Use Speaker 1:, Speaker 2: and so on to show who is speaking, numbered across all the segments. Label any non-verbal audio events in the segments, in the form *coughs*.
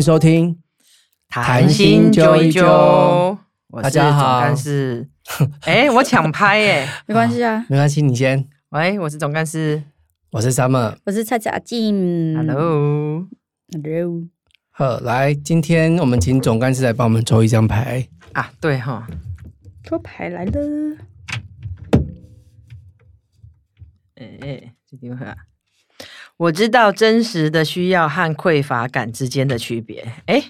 Speaker 1: 收听，
Speaker 2: 谈心
Speaker 1: 揪
Speaker 2: 揪
Speaker 1: 一
Speaker 2: 一
Speaker 1: 揪
Speaker 2: 揪，我
Speaker 1: 大
Speaker 2: 是
Speaker 1: 家
Speaker 2: 总
Speaker 1: 好 *laughs*
Speaker 2: 干事。哎，我抢拍耶！
Speaker 3: 没关系啊，
Speaker 1: 没关系，你先。
Speaker 2: 喂，我是总干事。
Speaker 1: 我是 Summer，
Speaker 3: 我是蔡佳静。
Speaker 1: 嗯
Speaker 2: Hello，
Speaker 3: Hello
Speaker 1: 好，来，今天我们请总干事来帮我们抽一张牌。
Speaker 2: 啊，对哈，
Speaker 3: 抽牌来了，
Speaker 2: 哎哎，这地方啊。我知道真实的需要和匮乏感之间的区别。哎，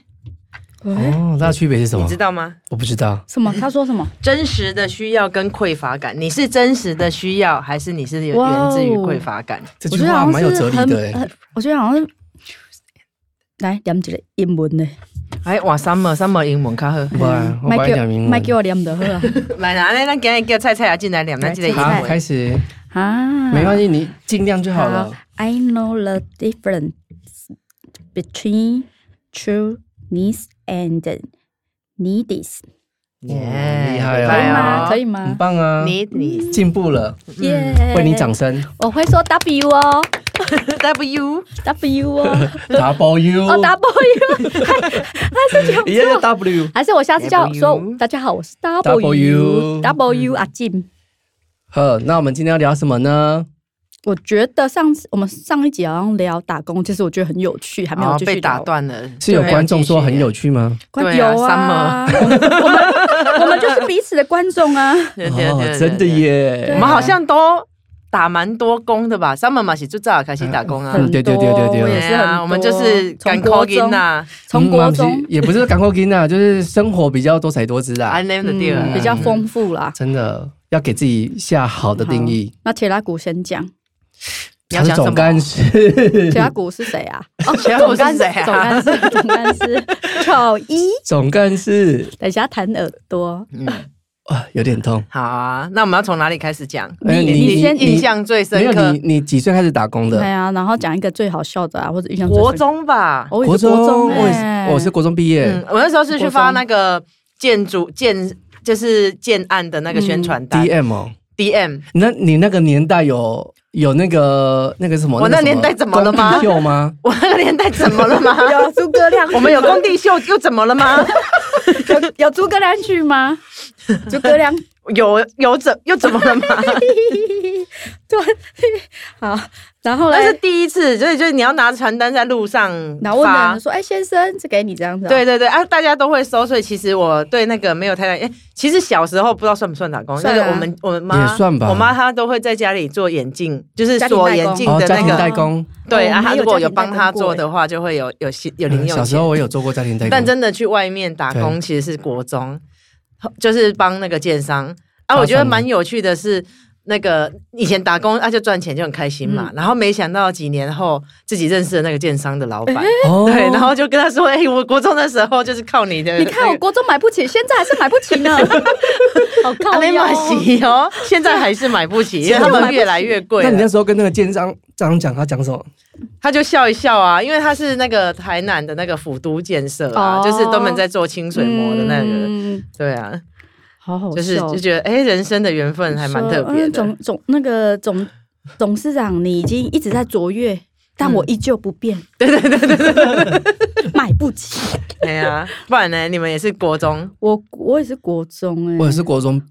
Speaker 3: 喂，
Speaker 1: 哦，那区别是什
Speaker 2: 你
Speaker 1: 么
Speaker 2: 知？道吗？
Speaker 1: 我不知道。
Speaker 3: 什么？他说什么？
Speaker 2: 真实的需要跟匮乏感，你是真实的需要，还是你是有
Speaker 3: 哇
Speaker 2: 源
Speaker 3: 哦
Speaker 2: 自于匮乏感？
Speaker 1: *laughs* 这
Speaker 3: 我
Speaker 1: 句
Speaker 3: 觉得
Speaker 1: 话
Speaker 3: 好
Speaker 1: 蛮有
Speaker 3: 像
Speaker 1: 哲
Speaker 3: 是
Speaker 1: 理的
Speaker 3: 很，
Speaker 1: 欸。
Speaker 3: 很我觉得好像是来念一个英文的，
Speaker 2: 哎，哇，summer summer 英文较好。
Speaker 1: 哇，啊我
Speaker 3: 别
Speaker 1: 把你讲明
Speaker 3: 叫别
Speaker 1: 文。
Speaker 3: 叫我念就好啊。
Speaker 1: *laughs*
Speaker 2: 来啦，来，咱今日叫菜菜啊进来念咱这个英
Speaker 1: 好，
Speaker 2: 文。
Speaker 1: 开始，
Speaker 2: 嗯
Speaker 3: 啊，
Speaker 1: 没关系，你尽量就好了。
Speaker 3: I know the difference between true needs and needs，
Speaker 2: 耶
Speaker 1: 嗯厉害哦
Speaker 3: 可以
Speaker 1: 哎
Speaker 3: 吗？可以
Speaker 1: 很
Speaker 3: 吗？
Speaker 1: 棒啊，
Speaker 2: 你你
Speaker 1: 进步了，
Speaker 3: 耶！
Speaker 1: 为你掌声。
Speaker 3: 我会说 W 哦
Speaker 2: W
Speaker 1: *laughs*
Speaker 3: ，W 哦，
Speaker 2: *laughs*
Speaker 1: W，
Speaker 3: 哦 *laughs* W，
Speaker 1: 一样叫 W。
Speaker 3: *laughs* 还是我下次叫
Speaker 2: W
Speaker 3: 说大家好，我是
Speaker 1: W
Speaker 3: W
Speaker 2: 嗯
Speaker 3: W 阿进。
Speaker 1: 好，那我们今天要聊什么呢？
Speaker 3: 我觉得上次我们上一集好像聊打工，其实我觉得很有趣，还没有
Speaker 2: 哦
Speaker 3: 继续
Speaker 2: 被打
Speaker 3: 聊。
Speaker 2: 断了，
Speaker 1: 是有
Speaker 2: 对
Speaker 1: 观众说很有趣吗？
Speaker 3: 观
Speaker 2: 对啊
Speaker 3: 有啊，我们 *laughs* 我们我们就是彼此的观众啊。
Speaker 2: 没有继续了，对对对，对
Speaker 1: 哦真的！
Speaker 2: 对
Speaker 1: 耶
Speaker 2: 我！们好像都打蛮多工的吧？Summer 嘛是最早开始打工啊
Speaker 1: 嗯，对对对对对
Speaker 3: 很多我
Speaker 2: 对
Speaker 3: 也是很
Speaker 2: 啊，
Speaker 3: 多。
Speaker 2: 我们就是
Speaker 3: 从
Speaker 2: 赶
Speaker 3: 国
Speaker 2: call in 啊
Speaker 3: 中，
Speaker 2: 呐，
Speaker 3: 从国
Speaker 1: 嗯嘛不
Speaker 3: 中
Speaker 1: 是也不是赶过金啊， *laughs* 就是生活比较多彩多姿啊
Speaker 2: 安，name 的第
Speaker 3: 嗯
Speaker 2: 二
Speaker 3: 比较丰富啦。
Speaker 1: 真的要给自己下好的定义。
Speaker 3: 那铁拉古先讲，
Speaker 2: 你
Speaker 1: 他
Speaker 2: 要
Speaker 1: 是
Speaker 2: 讲什
Speaker 1: 总干
Speaker 2: 么？
Speaker 1: 事，
Speaker 3: 铁拉古是谁啊？哦，
Speaker 2: *laughs* 铁拉古
Speaker 3: 总干
Speaker 2: 是谁啊
Speaker 3: 总干事，总干事， *laughs* 丑一。
Speaker 1: 总干事
Speaker 3: 等一下弹耳朵，
Speaker 2: 嗯，
Speaker 1: 啊，有点痛。
Speaker 2: 好啊，那我们要从哪里开始讲？
Speaker 1: 哎
Speaker 3: 你
Speaker 1: 你
Speaker 3: 先
Speaker 1: 你
Speaker 2: 印象最
Speaker 1: 没
Speaker 2: 深
Speaker 1: 有
Speaker 2: 刻哎
Speaker 1: 你，，你几岁开始打工
Speaker 3: 对
Speaker 1: 的？
Speaker 3: 啊，然后讲一个最好笑的啊，或者印象最深刻
Speaker 2: 国，中吧？
Speaker 3: 哦我也是国中，
Speaker 1: 我也
Speaker 3: 哎
Speaker 1: 是，我是国中毕
Speaker 2: 嗯
Speaker 1: 业，，
Speaker 2: 我那时候是去发
Speaker 3: 国中
Speaker 2: 那个建筑建，就是建案的那个宣传单
Speaker 1: DM 哦。
Speaker 2: DM，
Speaker 1: 那你那个年代有有那个那个什么？
Speaker 2: 我那
Speaker 1: 个什
Speaker 2: 年代怎么了吗
Speaker 1: 工地秀
Speaker 2: *laughs*
Speaker 1: 吗？
Speaker 2: 我那个年代怎么了
Speaker 3: *laughs*
Speaker 2: 吗？
Speaker 3: 有诸葛亮，
Speaker 2: 我们有工地秀又怎么了
Speaker 3: *laughs*
Speaker 2: 吗？
Speaker 3: 有有诸葛亮去吗？诸葛亮， *laughs*
Speaker 2: 有有怎又怎么了吗？
Speaker 3: 对，好，然后
Speaker 2: 那是
Speaker 3: 嘞，
Speaker 2: 第一次，所以就是你要拿传单在路上
Speaker 3: 然后问
Speaker 2: 发
Speaker 3: 人。说，哎，先生，这给你这样子啊，
Speaker 2: 对对对啊，大家都会收，所以其实我对那个没有太大。哎、其实小时候不知道算不算打工，
Speaker 3: 算啊
Speaker 2: 那个我们我们妈
Speaker 1: 也算吧
Speaker 2: 我妈她都会在家里做眼镜，就是
Speaker 3: 家庭
Speaker 2: 锁
Speaker 3: 代工
Speaker 2: 眼镜
Speaker 1: 哦，
Speaker 2: 的
Speaker 1: 家
Speaker 2: 那
Speaker 1: 庭
Speaker 2: 个。
Speaker 1: 代工。
Speaker 2: 对
Speaker 3: 哦
Speaker 2: 啊，
Speaker 3: 我
Speaker 2: 她
Speaker 3: 没有
Speaker 2: 如果
Speaker 3: 家
Speaker 2: 有
Speaker 3: 庭代
Speaker 2: 帮她
Speaker 3: 工过
Speaker 2: 做的话，就会有有有零
Speaker 1: 嗯
Speaker 2: 用
Speaker 1: 小
Speaker 2: 钱。
Speaker 1: 时候我有做过家庭代工，
Speaker 2: 但真的去外面打工，其实是国中，就是帮那个建商啊。我觉得蛮有趣的是，那个以前打工啊就赚钱就很开心嘛，然后没想到几年后自己认识了那个建商的老板，
Speaker 1: 哦
Speaker 2: *laughs* 对，然后就跟他说：“哎、我国中的时候就是靠你的，
Speaker 3: 你看我。”国中买不起，现在还是买不起呢，好
Speaker 2: 阿
Speaker 3: 靠
Speaker 2: 雷
Speaker 3: 腰
Speaker 2: 马
Speaker 3: 哦，
Speaker 2: 西哦，现在还是买不起，因为他们越来越贵
Speaker 1: 那你那
Speaker 2: 了。
Speaker 1: 时候跟那个奸商商讲，他讲什么？
Speaker 2: 他就笑一笑啊，因为他是那个台南的那个府都建设啊，
Speaker 3: 哦
Speaker 2: 就是专门在做清水模的那个，
Speaker 3: 嗯
Speaker 2: 对啊。
Speaker 3: 好好
Speaker 2: 就是
Speaker 3: 笑
Speaker 2: 就，觉得哎、诶人生的缘分还蛮特别
Speaker 3: 嗯
Speaker 2: 的。
Speaker 3: 总总那个总董事长，你已经一直在卓越，但我依旧不变。对对对对对， *laughs* 买不起。
Speaker 2: 哎呀，不然呢？你们也是国中，
Speaker 3: 我我也是国中哎、
Speaker 1: 我也是国中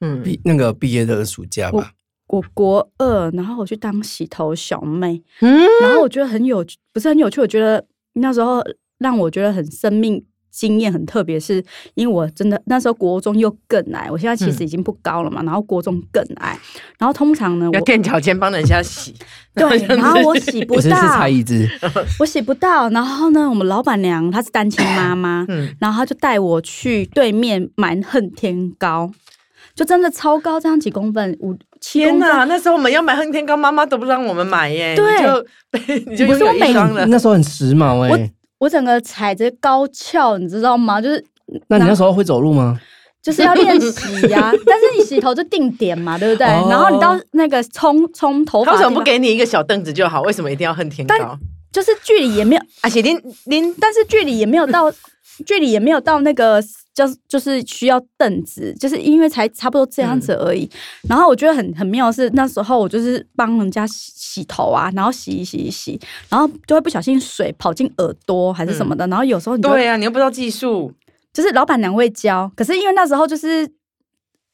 Speaker 2: 嗯，
Speaker 1: 毕那个毕业的暑假吧，
Speaker 3: 我国二，然后我去当洗头小妹，
Speaker 2: 嗯，
Speaker 3: 然后我觉得很有，不是很有趣。我觉得那时候让我觉得很生命经验很特别，是因为我真的那时候国中又更矮，我现在其实已经不高了嘛，然后国中更矮，然后通常呢，
Speaker 2: 要
Speaker 3: 我
Speaker 2: 垫脚尖帮人家
Speaker 3: *laughs*
Speaker 2: 洗，，
Speaker 3: 对，然后我洗不
Speaker 1: 我是是
Speaker 3: 到
Speaker 1: 才，艺之，
Speaker 3: 我洗不到。然后呢，我们老板娘她是单亲妈妈
Speaker 2: 嗯，
Speaker 3: 然后她就带我去对面蛮恨天高，就真的超高，这样几公分，五七
Speaker 2: 天
Speaker 3: 公分。
Speaker 2: 哪！那时候我们要买恨天高，妈妈都不让我们买耶，
Speaker 3: 对
Speaker 2: 你就你就 *laughs*
Speaker 3: 不
Speaker 2: 拥
Speaker 3: 是
Speaker 2: 有
Speaker 3: 我
Speaker 2: 一
Speaker 3: 每
Speaker 2: 双了。
Speaker 1: 那时候很时髦哎、
Speaker 3: 我整个踩着高跷，你知道吗？就是
Speaker 1: 那你那时候会走路吗？
Speaker 3: 就是要练习呀、
Speaker 2: *laughs*
Speaker 3: 但是你洗头就定点嘛，对不对？
Speaker 1: 哦
Speaker 3: 然后你到那个冲冲头
Speaker 2: 他
Speaker 3: 发，
Speaker 2: 为什么不？给你一个小凳子就好？为什么一定要恨天高？啊
Speaker 3: 就是距离也没有，
Speaker 2: 而且您您
Speaker 3: 但是距离也没有到 *laughs* 距离也没有到那个，就是就是需要凳子，就是因为才差不多这样子而已。然后我觉得很很妙的是，那时候我就是帮人家洗洗头啊，然后洗一洗一洗，然后就会不小心水跑进耳朵还是什么的，然后有时候你就会
Speaker 2: 对啊，你又不知道技术，
Speaker 3: 就是老板娘会教，可是因为那时候就是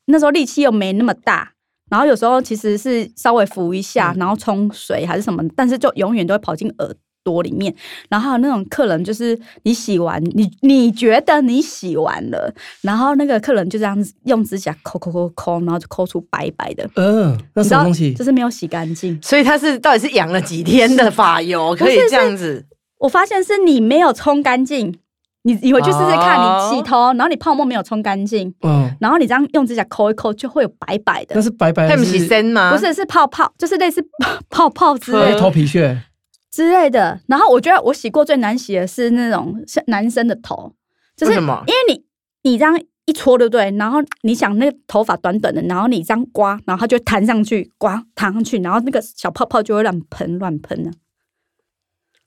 Speaker 3: 那时候力气又没那么大，然后有时候其实是稍微扶一下，
Speaker 1: 嗯
Speaker 3: 然后冲水还是什么，但是就永远都会跑进耳朵里面。然后还有那种客人就是你洗完，你你觉得你洗完了，然后那个客人就这样子用指甲抠抠抠抠，然后就抠出白白的，
Speaker 1: 嗯、那
Speaker 3: 你知
Speaker 1: 什么
Speaker 3: 道
Speaker 1: 东西
Speaker 3: 就？是没有洗干净。
Speaker 2: 所以他是到底是养了几天的发油，可以这样子
Speaker 3: 我发现是你没有冲干净，你你回去试试看，
Speaker 2: 哦
Speaker 1: 啊
Speaker 3: 你洗头，然后你泡沫没有冲干净。
Speaker 1: 嗯，
Speaker 3: 然后你这样用指甲抠一抠，就会有白白的
Speaker 1: 那。是白白
Speaker 2: 他
Speaker 1: 的
Speaker 2: 们是
Speaker 1: 是，
Speaker 2: 生吗？
Speaker 3: 不呃是，是泡泡，就是类似泡泡之类
Speaker 1: 头哎皮屑。
Speaker 3: 之类的。然后我觉得我洗过最难洗的是那种像男生的头，就是
Speaker 2: 为什
Speaker 3: 因为
Speaker 2: 么？
Speaker 3: 你你这样一搓，对不对？然后你想那个头发短短的，然后你这样刮，然后它就会弹上去，刮弹上去，然后那个小泡泡就会乱喷乱喷的。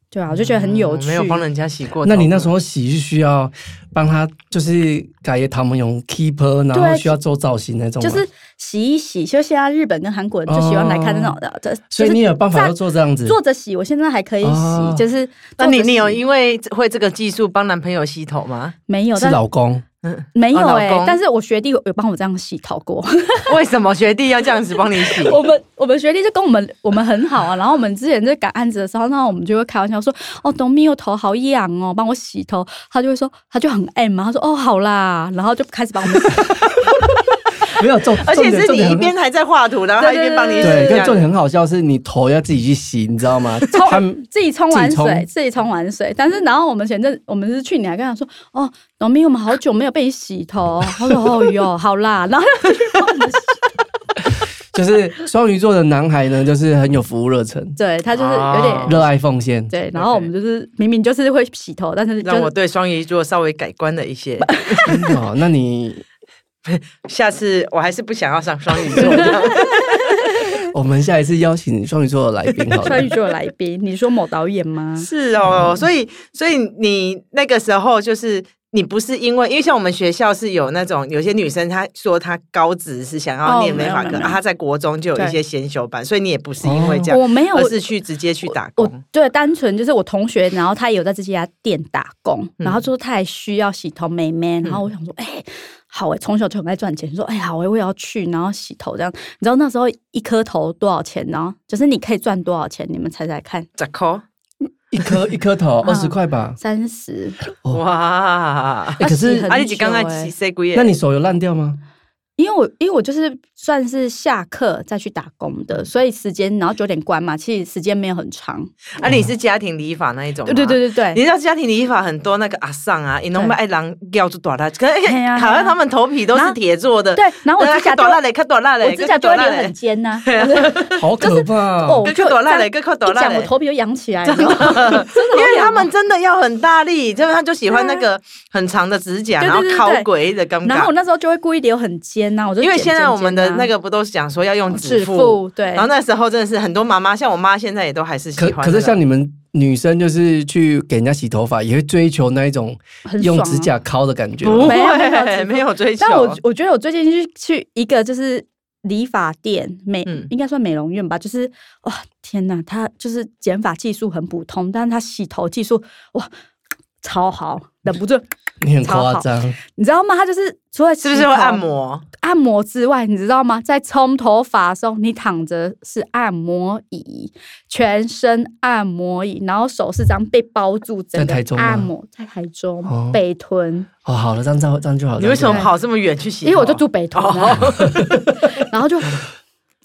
Speaker 3: 对啊，我就觉得很有
Speaker 2: 我
Speaker 1: 嗯
Speaker 3: 趣。
Speaker 2: 嗯没有帮人家洗过头。
Speaker 1: 那你那时候洗是需要帮他，就是改一头毛用 keeper，然后
Speaker 3: 对
Speaker 1: 需要做造型那种吗。
Speaker 3: 就是洗一洗，就现在日本跟韩国人就喜欢来看那种的，这
Speaker 1: 哦所以
Speaker 3: 就是
Speaker 1: 你有办法
Speaker 3: 站
Speaker 1: 要做这样子。
Speaker 3: 坐着洗，我现在还可以洗，
Speaker 1: 哦
Speaker 3: 就是
Speaker 2: 那
Speaker 3: 坐
Speaker 2: 你
Speaker 3: 着
Speaker 2: 你有
Speaker 3: 洗
Speaker 2: 因为会这个技术帮男朋友洗头吗？
Speaker 3: 没有？
Speaker 1: 是
Speaker 3: 但
Speaker 1: 老公，
Speaker 2: 嗯，
Speaker 3: 没有
Speaker 2: 哦老
Speaker 3: 哎、
Speaker 2: 公
Speaker 3: 但是我学弟有有帮我这样洗头
Speaker 1: *laughs*
Speaker 3: 过。
Speaker 2: 为什么学弟要这样子帮你 *laughs* 洗？
Speaker 3: 我们我们学弟就跟我们我们很好啊，然后我们之前在赶案子的时候，那我们就会开玩笑说：“哦，董咪，我头好痒哦，帮我洗头。”他就会说，他就很爱嘛，他说：“哦，好啦。”然后就开始帮我
Speaker 1: *laughs*
Speaker 3: 们洗。
Speaker 1: 没有重，
Speaker 2: 而且
Speaker 1: 重点
Speaker 2: 是
Speaker 1: 重
Speaker 2: 你
Speaker 1: 点
Speaker 2: 一
Speaker 1: 很
Speaker 2: 边还在画图，然后他一边帮你洗，
Speaker 1: 对，
Speaker 2: 这
Speaker 1: 但
Speaker 2: 样
Speaker 1: 重点很好笑是，你头要自己去洗，你知道吗？他们
Speaker 3: 冲自己冲完
Speaker 1: 自己
Speaker 3: 水
Speaker 1: 冲，
Speaker 3: 自己冲完水，但是然后我们前阵我们是去年还跟他说，哦，农民我们好久没有被你洗头，他说哦哟，好啦，然后他就去帮我们洗，
Speaker 1: 就是双鱼座的男孩呢，就是很有服务热忱，
Speaker 3: 对他就是有点、
Speaker 2: 哦
Speaker 1: 热爱奉献。
Speaker 3: 对，然后我们就是明明就是会洗头，但是就
Speaker 2: 让我
Speaker 3: *laughs* 是
Speaker 2: 对双鱼座稍微改观了一 *laughs* 些。
Speaker 1: 真的哦，那你
Speaker 2: 下次我还是不想要上双鱼 *laughs* 座。
Speaker 1: 我们下一次邀请双鱼座的来宾好了
Speaker 3: 川。宇就有来宾，你说某导演吗？
Speaker 2: 是哦，所以所以你那个时候就是你不是因为，因为像我们学校是有那种有些女生她说她高职是想要
Speaker 3: 哦
Speaker 2: 念美法
Speaker 3: 没
Speaker 2: 科，
Speaker 3: 有没有哦
Speaker 2: 啊她在国中就有一些先修班，所以你也不是因为这样，哦
Speaker 3: 我没有，
Speaker 2: 而
Speaker 3: 我
Speaker 2: 是去直接去打
Speaker 3: 我
Speaker 2: 工。
Speaker 3: 对，单纯就是我同学，然后他也有在这家店打工，然后
Speaker 2: 嗯
Speaker 3: 说他也需要洗头妹妹，然后我想说，哎、好哎、从小就很爱赚钱，说哎、好哎、我也要去，然后洗头这样。你知道那时候一颗头多少钱呢？就是你可以赚多少钱？你们猜猜看，
Speaker 2: 咋扣？
Speaker 1: 一颗一颗头
Speaker 3: 嗯
Speaker 1: 二十块吧。
Speaker 3: 三十，
Speaker 1: 哦
Speaker 2: 哇！
Speaker 1: 哎可
Speaker 3: 要洗
Speaker 1: 是
Speaker 3: *laughs* 很，
Speaker 2: 啊，你只刚刚
Speaker 3: 久欸
Speaker 2: 几岁毕业？
Speaker 1: 那你手有烂掉吗？
Speaker 3: 因为我因为我就是算是下课再去打工的，所以时间然后九点关嘛，其实时间没有很长。
Speaker 2: 啊，你是家庭理发那一种？
Speaker 3: 对对。对对
Speaker 2: 你
Speaker 3: 对。
Speaker 2: 知道家庭理发很多那个阿桑啊，你弄不爱狼掉就短了，可是 *laughs*
Speaker 3: 嘿啊嘿啊
Speaker 2: 好像他们头皮都是铁做的。
Speaker 3: 对，然后我指甲就
Speaker 2: 短了嘞，欸看短了嘞，
Speaker 3: 我指甲就会留很尖呐、
Speaker 2: *laughs*
Speaker 1: 好可怕
Speaker 3: 哦，
Speaker 1: 哦！
Speaker 3: 我
Speaker 2: 跟
Speaker 3: 就
Speaker 2: 朵拉
Speaker 3: 这样
Speaker 2: 嘞跟朵
Speaker 3: 一
Speaker 2: 拉
Speaker 3: 讲
Speaker 2: 嘞
Speaker 3: 我头皮就
Speaker 2: *laughs*
Speaker 3: 痒起来 *laughs* 了，真的，
Speaker 2: 欸因
Speaker 3: 因
Speaker 2: 为他们真的要很大力，就是他就喜欢那个很长的指甲，
Speaker 3: 啊对
Speaker 2: 然后
Speaker 3: 对对
Speaker 2: 烤
Speaker 3: 对
Speaker 2: 鬼的感
Speaker 3: 然后我
Speaker 2: 觉。
Speaker 3: 那时候就会故意留很尖呐、我就
Speaker 2: 因为
Speaker 3: 剪
Speaker 2: 现在
Speaker 3: 尖
Speaker 2: 我们的
Speaker 3: 尖啊
Speaker 2: 那个不都是讲说要用指
Speaker 3: 指
Speaker 2: 腹，
Speaker 3: 腹，对，
Speaker 2: 然后那时候真的是很多妈妈，像我妈现在也都还是喜
Speaker 1: 可
Speaker 2: 欢那
Speaker 1: 可
Speaker 2: 个。
Speaker 1: 是像你们女生，就是去给人家洗头发，也会追求那一种
Speaker 3: 很爽
Speaker 1: 用
Speaker 3: 啊
Speaker 1: 指。甲敲的感觉吗。
Speaker 2: 不
Speaker 3: 没有没有
Speaker 2: 会
Speaker 3: 指腹
Speaker 2: 没有追求，
Speaker 3: 但我我觉得我最近去去一个就是理发店美，
Speaker 2: 嗯
Speaker 3: 应该算美容院吧，就是哇天呐，他就是剪发技术很普通，但是他洗头技术哇超好，忍不住，
Speaker 1: 你很夸张，
Speaker 3: 你知道吗？他就是除了
Speaker 2: 是不是会
Speaker 3: 洗头
Speaker 2: 按摩？
Speaker 3: 按摩之外，你知道吗？在冲头发的时候，你躺着是按摩椅，全身按摩椅，然后手是这样被包住，整
Speaker 1: 在台
Speaker 3: 个
Speaker 1: 中吗
Speaker 3: 按摩在台中
Speaker 1: 哦
Speaker 3: 北屯，
Speaker 1: 哦，好了，这样这样这样就好了。
Speaker 2: 你为什么
Speaker 1: 这样
Speaker 2: 跑这么远去洗
Speaker 3: 因
Speaker 2: 头？
Speaker 3: 为我就住北屯啊，
Speaker 2: 哦
Speaker 3: *laughs* 然后就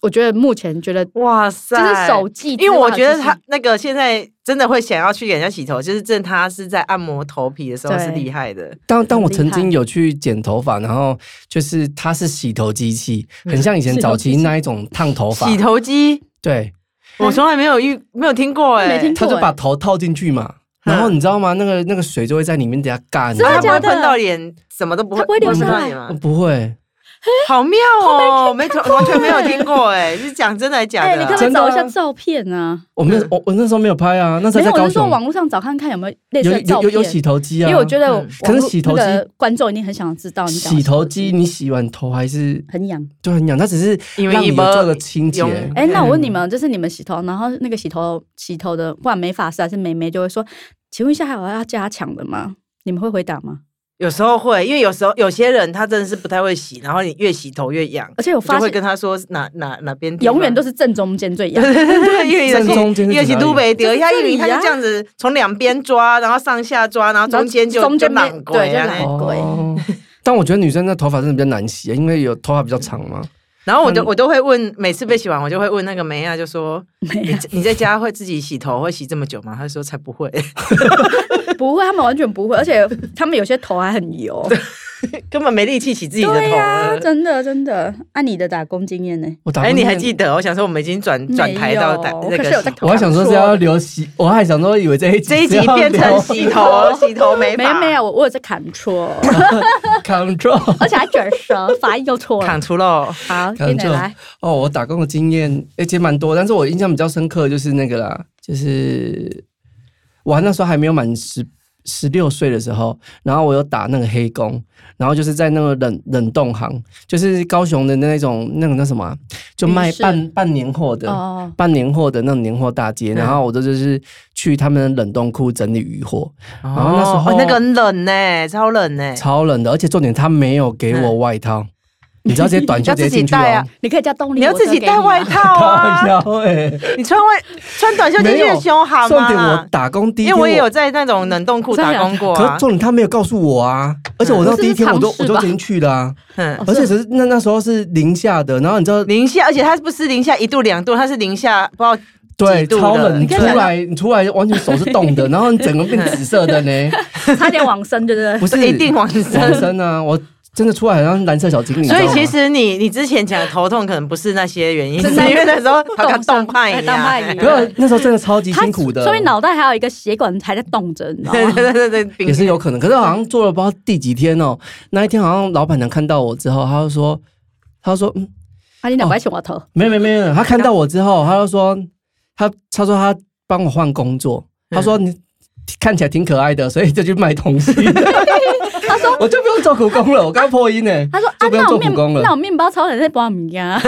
Speaker 3: 我觉得目前觉得就
Speaker 2: 哇塞，
Speaker 3: 是手技之外，
Speaker 2: 因为我觉得他
Speaker 3: 就是
Speaker 2: 那个现在真的会想要去给人家洗头，就是正他是在按摩头皮的时候
Speaker 3: 对
Speaker 2: 是厉害的，
Speaker 1: 当当我
Speaker 3: 很厉
Speaker 1: 曾
Speaker 3: 害
Speaker 1: 经有去剪头发，然后就是它是洗头机器，
Speaker 2: 嗯
Speaker 1: 很像以前
Speaker 3: 洗头
Speaker 1: 早
Speaker 3: 机
Speaker 1: 期
Speaker 3: 器
Speaker 1: 那一种烫头发。
Speaker 2: 洗头机
Speaker 1: 对，
Speaker 2: 我从来没有遇没有听过哎、
Speaker 3: 没听
Speaker 1: 他
Speaker 3: 过
Speaker 1: 就
Speaker 3: 欸
Speaker 1: 把头套进去嘛，
Speaker 2: 嗯
Speaker 1: 然后你知道吗？那个那个水就会在里面底下干，
Speaker 3: 真的
Speaker 1: 你知道
Speaker 2: 他
Speaker 1: 吗
Speaker 2: 不会
Speaker 3: 假的
Speaker 2: 碰到脸，什么都不会，
Speaker 3: 啊它不会流
Speaker 1: 下
Speaker 2: 碰到
Speaker 3: 来
Speaker 2: 脸吗
Speaker 1: 哦不会，
Speaker 2: 好妙哦，没从完全没有听过哎，是讲真的还是假
Speaker 3: 哎、
Speaker 2: 的
Speaker 3: 你
Speaker 2: 啊？
Speaker 3: 可不可
Speaker 1: 真
Speaker 3: 以
Speaker 1: 的
Speaker 3: 找
Speaker 1: 啊
Speaker 3: 一下照片啊？
Speaker 1: 我那我我那时候没有拍啊，那时
Speaker 3: 没
Speaker 1: 候
Speaker 3: 有，
Speaker 1: 在
Speaker 3: 我
Speaker 1: 高
Speaker 3: 是说
Speaker 1: 雄，
Speaker 3: 网络上找看看有没有类似
Speaker 1: 有
Speaker 3: 的
Speaker 1: 有
Speaker 3: 照
Speaker 1: 有有
Speaker 3: 片，
Speaker 1: 洗头机
Speaker 3: 因
Speaker 1: 啊，
Speaker 3: 为我觉得
Speaker 2: 嗯
Speaker 3: 网
Speaker 1: 可是
Speaker 3: 络
Speaker 1: 洗头
Speaker 3: 那个观众一定很想知道你讲
Speaker 1: 洗头机，你洗完头还是
Speaker 3: 很痒。
Speaker 1: 就很痒，它只是
Speaker 2: 因为
Speaker 1: 让你
Speaker 2: 一
Speaker 1: 有
Speaker 2: 波
Speaker 1: 做个清洁。
Speaker 2: 用
Speaker 3: 哎、那我问你
Speaker 1: 嗯
Speaker 3: 们，就是你们洗头，然后那个洗头洗头的，不管美发师还是美眉，就会说，请问一下，还有要加强的吗？你们会回答吗？
Speaker 2: 有时候会，因为有时候有些人他真的是不太会洗，然后你越洗头越痒，
Speaker 3: 而且我
Speaker 2: 我就
Speaker 3: 发
Speaker 2: 会
Speaker 3: 现
Speaker 2: 跟啊他说哪哪哪边地方
Speaker 3: 永远都是正中
Speaker 2: *laughs*
Speaker 3: 间最痒。
Speaker 2: 对，因为有
Speaker 1: 正中间是
Speaker 2: 因为
Speaker 1: 指
Speaker 2: 是
Speaker 1: 哪里
Speaker 2: 都北丢，
Speaker 3: 就是
Speaker 2: 他
Speaker 3: 这
Speaker 2: 因为
Speaker 3: 里
Speaker 2: 他
Speaker 3: 啊
Speaker 2: 就这样子从两边抓，然后上下抓，然后中间就
Speaker 3: 然后中间
Speaker 2: 就
Speaker 3: 没
Speaker 2: 懒过
Speaker 3: 对就
Speaker 2: 呀
Speaker 3: 懒哎过鬼
Speaker 2: *laughs*
Speaker 1: 哦，但我觉得女生的头发真的比较难洗，啊因为有头发比较长嘛。
Speaker 2: 然后我就
Speaker 1: 嗯
Speaker 2: 我都会问，每次被洗完我就会问那个梅啊亚，就说
Speaker 3: *laughs* 没
Speaker 2: 你你在家会自己洗头会洗这么久吗？他说才不
Speaker 3: *laughs*
Speaker 2: 会，
Speaker 3: 有，不会，他们完全不会，而且他们有些头还很油。
Speaker 2: 根本没力气洗自己的
Speaker 3: 对
Speaker 2: 头
Speaker 3: 呀、
Speaker 2: 了。
Speaker 3: 真的真的。按、你的打工经验呢？
Speaker 1: 我打
Speaker 2: 哎，
Speaker 1: 工
Speaker 2: 你还
Speaker 1: 那
Speaker 2: 记得？我想说我们已经转转台到打
Speaker 3: 没有
Speaker 2: 那
Speaker 3: 可
Speaker 2: 个
Speaker 3: 是有在
Speaker 2: 洗
Speaker 1: 我还想说是要留洗，我还想说以为这一集
Speaker 2: 这一集
Speaker 1: 是要
Speaker 2: 变成
Speaker 1: 留
Speaker 2: 洗
Speaker 3: *laughs*
Speaker 2: 头洗头没
Speaker 3: 没
Speaker 2: 法
Speaker 3: 没有，我我有在砍错，
Speaker 1: *laughs* control。
Speaker 3: 而且还卷舌，发音又错了
Speaker 2: 扛。出喽，
Speaker 3: 好，
Speaker 1: 砍
Speaker 3: 进来
Speaker 1: 错
Speaker 3: 来，
Speaker 1: 哦，我打工的经验哎，其实蛮多，但是我印象比较深刻的就是那个啦，就是我那时候还没有满十十六岁的时候，然后我有打那个黑工，然后就是在那个冷冷冻行，就是高雄的那种那种叫什么啊、就卖
Speaker 3: 鱼市
Speaker 1: 半半年货的。
Speaker 3: 哦，
Speaker 1: 办年货的那种年货大街，
Speaker 2: 嗯
Speaker 1: 然后我这就是去他们的冷冻库整理鱼货，
Speaker 2: 然
Speaker 1: 后哦那时候
Speaker 2: 哦那个很冷呢，超冷呢，
Speaker 1: 超冷的，而且重点他没有给我外套，你知道这些
Speaker 2: *laughs*
Speaker 1: 短袖直接进去
Speaker 2: 嗯要自己带啊
Speaker 1: 哦，
Speaker 3: 你可以叫动力，
Speaker 2: 你要自己带外。 *laughs* 套
Speaker 1: *laughs*
Speaker 2: 啊
Speaker 1: 靠。腰哎，
Speaker 2: 你穿外穿短袖进
Speaker 1: 没
Speaker 2: 去
Speaker 1: 有
Speaker 2: 很凶好
Speaker 1: 重点我
Speaker 2: 吗？
Speaker 1: 打工第一
Speaker 2: 因为
Speaker 1: 天
Speaker 2: 我也有，在那种冷冻库打工过
Speaker 1: 可是
Speaker 2: 啊。
Speaker 1: 重点他没有告诉我啊，而且我到
Speaker 3: 不是
Speaker 1: 第一天我都
Speaker 3: 是
Speaker 1: 我
Speaker 3: 尝试吧
Speaker 1: 就已经去了啊，
Speaker 2: 嗯，
Speaker 1: 而且只是那那时候是零下的，然后你知道
Speaker 2: 零下，而且它不是零下一度两度，它是零下不知道。
Speaker 1: 对
Speaker 2: 几度的
Speaker 1: 超冷，你
Speaker 2: 你
Speaker 1: 出
Speaker 3: 看起来
Speaker 1: 来你出来完全手是冻
Speaker 2: *laughs*
Speaker 1: 的，然后你整个变紫色的呢，
Speaker 3: 差点往生，对不
Speaker 1: 不
Speaker 3: 对？
Speaker 1: 是
Speaker 2: 一定往生
Speaker 1: 往生啊，我真的出来好像蓝色小精灵，
Speaker 2: 所
Speaker 1: 你
Speaker 2: 以
Speaker 1: 知道吗
Speaker 2: 其实你你之前讲的头痛可能不是那些原因，是
Speaker 3: 真的
Speaker 2: 因为那时候好像冻
Speaker 3: 冻
Speaker 2: 派一
Speaker 3: 冻坏
Speaker 2: 样
Speaker 3: 你。
Speaker 1: 没有，那时候真的超级辛苦的，
Speaker 3: 所以脑袋还有一个血管还在动着，你知道
Speaker 2: 对
Speaker 1: *laughs*
Speaker 3: 吗？
Speaker 2: 对对对对，
Speaker 1: 也是有可能。可是好像做了不知道第几天哦，那一天好像老板娘看到我之后，她就说，她就说，嗯，
Speaker 3: 啊，你两块钱我头，
Speaker 1: 没有没有没有，她看到我之后，她就说，她她说她帮我换工作，
Speaker 3: 嗯
Speaker 1: 她说你。看起来挺可爱的，所以就去卖东
Speaker 3: *laughs*
Speaker 1: 西。 *laughs*
Speaker 3: 他说。
Speaker 1: 我就不用做苦工了，我刚刚破音呢、
Speaker 3: 他说：“啊
Speaker 1: 哦就，不用
Speaker 3: 那
Speaker 1: 做
Speaker 3: 我
Speaker 1: 苦
Speaker 3: 面
Speaker 1: 工了
Speaker 3: 那我面包超人在帮你呀，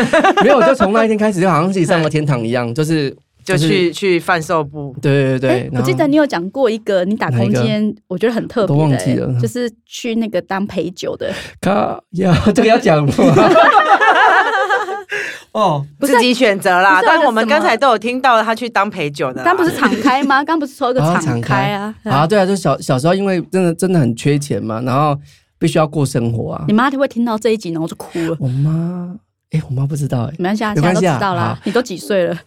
Speaker 1: 没有，我就从那一天开始，就好像自己上了天堂一样，就是
Speaker 2: 就是去去贩售部，
Speaker 1: 对对对。
Speaker 3: 哎 *laughs* 我
Speaker 1: 然后
Speaker 3: 记得你有讲过一个你打
Speaker 1: 哪一
Speaker 3: 空
Speaker 1: 个
Speaker 3: 间，我觉得很特别
Speaker 1: 都
Speaker 3: 的、
Speaker 1: 忘记了
Speaker 3: 欸就是去那个当陪酒
Speaker 1: *laughs*
Speaker 3: 的，
Speaker 1: 卡呀，这个要讲
Speaker 3: *laughs*
Speaker 1: 吗？哦，
Speaker 3: 不是
Speaker 2: 自己选择啦。
Speaker 3: 不是
Speaker 2: 但
Speaker 3: 那个
Speaker 2: 我们
Speaker 3: 什么
Speaker 2: 刚才都有听到他去当陪酒的啦，
Speaker 3: 刚不是敞开吗？刚不是说一个
Speaker 1: 啊敞
Speaker 3: 敞开啊？对啊
Speaker 1: 啊，对啊，就小小时候，因为真的真的很缺钱嘛，然后必须要过生活啊
Speaker 3: 你。妈就会听到这一集，然后就哭了。
Speaker 1: 我妈，哎、我妈不知道哎、
Speaker 3: 没关系啊，
Speaker 1: 没
Speaker 3: 现在
Speaker 1: 关
Speaker 3: 都
Speaker 1: 系
Speaker 3: 知
Speaker 1: 啊
Speaker 3: 道啦
Speaker 1: 好。
Speaker 3: 你都几岁了？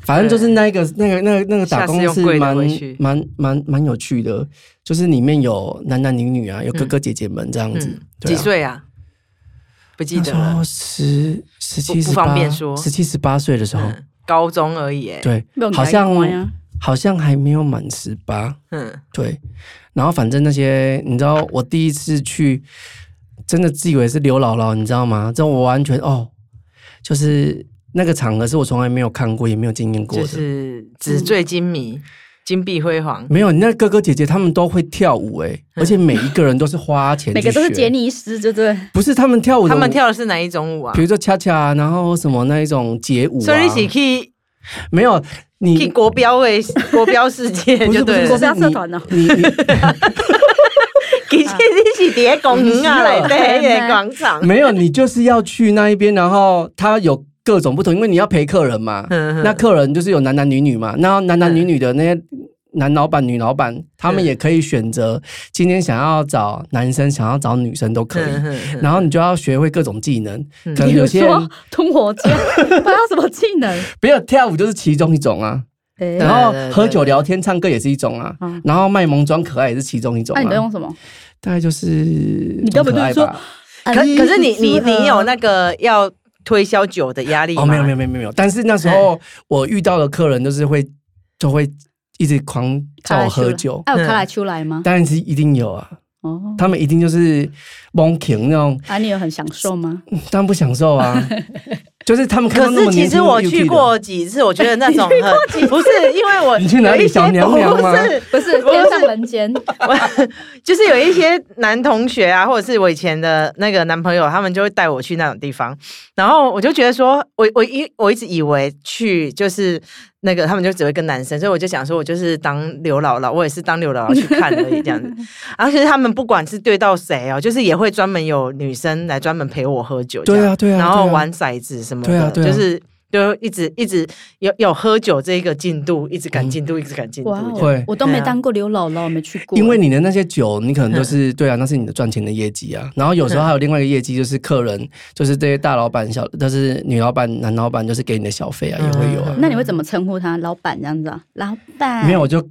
Speaker 1: 反正就是那个那个那个那个打工
Speaker 2: 下次
Speaker 1: 是
Speaker 2: 用贵的
Speaker 1: 蛮
Speaker 2: 回去
Speaker 1: 蛮蛮蛮有趣的，就是里面有男男女女啊，有哥哥姐姐们这样子。
Speaker 2: 嗯
Speaker 1: 对
Speaker 2: 几
Speaker 1: 啊？
Speaker 2: 岁啊？不记
Speaker 1: 那
Speaker 2: 得
Speaker 1: 时
Speaker 2: 了
Speaker 1: 候，十十七
Speaker 2: 不
Speaker 1: 十
Speaker 2: 不方
Speaker 1: 八
Speaker 2: 便说，
Speaker 1: 十七十八岁的时候，
Speaker 2: 嗯高中而已欸。
Speaker 1: 对
Speaker 3: 不用，
Speaker 1: 好
Speaker 3: 改
Speaker 1: 像
Speaker 3: 观啊
Speaker 1: 好像还没有满十八。
Speaker 2: 嗯，
Speaker 1: 对，然后反正那些你知道，我第一次去，真的自以为是刘姥姥，你知道吗？这我完全哦，就是那个场合是我从来没有看过，也没有经验过
Speaker 2: 就
Speaker 1: 的。
Speaker 2: 是纸醉金迷，金碧辉煌。
Speaker 1: 没有，你那哥哥姐姐他们都会跳舞
Speaker 2: 嗯
Speaker 1: 哎、而且每一个人都是花钱去
Speaker 3: 每
Speaker 1: 学，
Speaker 3: 个都是杰尼斯，对不对？
Speaker 1: 不是他们跳舞的
Speaker 2: 他
Speaker 1: 舞，
Speaker 2: 们跳的是哪一种舞啊
Speaker 1: 比？如说恰恰，然后什么那一种街舞、啊，
Speaker 2: 所以你去
Speaker 1: 没有
Speaker 2: 去
Speaker 1: 你
Speaker 2: 国标位国标世界
Speaker 1: 不
Speaker 2: 就是
Speaker 1: 不
Speaker 2: 对
Speaker 1: 是
Speaker 2: 了，
Speaker 3: 国
Speaker 1: 就
Speaker 3: 标
Speaker 1: 是
Speaker 3: 社
Speaker 1: 你
Speaker 3: 团哦
Speaker 1: 你 *laughs* 你
Speaker 2: 其实你是叠公园啊，来对，那个广场。
Speaker 1: 没有，你就是要去那一边，然后它有各种不同，因为你要陪客人嘛。
Speaker 2: 嗯嗯嗯
Speaker 1: 那客人就是有男男女女嘛，那男男女女的那些男老板、女老板，他们也可以选择今天想要找男生，想要找女生都可以。
Speaker 2: 嗯嗯嗯
Speaker 1: 然后你就要学会各种技能，
Speaker 2: 嗯
Speaker 1: 可能
Speaker 3: 比如
Speaker 1: 有些人
Speaker 3: 说吞火啊箭，
Speaker 1: *laughs*
Speaker 3: 还有什么技能？
Speaker 1: 没有跳舞就是其中一种啊，
Speaker 3: 哎
Speaker 1: 然后
Speaker 2: 对对对
Speaker 1: 喝酒聊天、唱歌也是一种啊
Speaker 3: 嗯，
Speaker 1: 然后卖萌装可爱也是其中一种
Speaker 3: 那你都
Speaker 1: 啊，
Speaker 3: 用什么？
Speaker 1: 大概就是你
Speaker 3: 根本就是说
Speaker 2: 可
Speaker 3: 啊
Speaker 2: 可是你你你有那个要推销酒的压力吗？
Speaker 1: 哦，没有没有没有没有，但是那时候我遇到的客人就是会就会一直狂
Speaker 3: 卡
Speaker 1: 叫
Speaker 3: 莱
Speaker 1: 我
Speaker 3: 丘
Speaker 1: 喝
Speaker 3: 莱
Speaker 1: 酒，嗯
Speaker 3: 哎，有卡来出来吗？
Speaker 1: 当然是一定有啊，
Speaker 3: 哦，
Speaker 1: 他们一定就是蒙停那种，
Speaker 3: 啊，你有很享
Speaker 1: *laughs*
Speaker 3: 受吗？
Speaker 1: 当然不享受啊。就是他们看
Speaker 2: 可
Speaker 1: 到那
Speaker 2: 是
Speaker 1: 么
Speaker 2: 其
Speaker 1: 年轻
Speaker 2: 实
Speaker 1: 的
Speaker 2: 我
Speaker 1: UK
Speaker 2: 去
Speaker 1: 的
Speaker 2: 过几次，我觉得那种很不是因为我
Speaker 1: 你去哪里
Speaker 2: 有一些
Speaker 1: 小娘娘吗
Speaker 2: 不是，
Speaker 3: 不是
Speaker 2: 不是
Speaker 3: *laughs* 天上人间，
Speaker 2: 我就是有一些男同学啊，或者是我以前的那个男朋友，他们就会带我去那种地方，然后我就觉得说，我我一我一直以为去就是那个他们就只会跟男生，所以我就想说，我就是当刘姥姥，我也是当刘姥姥去看而已这
Speaker 1: *laughs*
Speaker 2: 样子。然后其实他们不管是对到谁哦，就是也会专门有女生来专门陪我喝酒这样，
Speaker 1: 对啊对啊
Speaker 2: 然后
Speaker 1: 对啊
Speaker 2: 玩骰子什么的，
Speaker 1: 对啊对啊
Speaker 2: 就是。就一直一直有有喝酒这一个进度，一直赶
Speaker 1: 嗯
Speaker 2: 进度，一直赶进度
Speaker 3: 哇
Speaker 2: 这样。
Speaker 1: 对
Speaker 3: 哦，我都没当过刘姥姥，没去过，嗯
Speaker 1: 因为你的那些酒，你可能都是对啊，那是你的赚钱的业绩啊。然后有时候还有另外一个业绩，就是客
Speaker 3: 嗯
Speaker 1: 人，就是这些大老板、小，就是女老板、男老板，就是给你的小费啊，
Speaker 3: 嗯
Speaker 1: 也会有啊。
Speaker 3: 那你会怎么称呼他？老板这样子啊？老板
Speaker 2: 嗯
Speaker 1: 没有，我就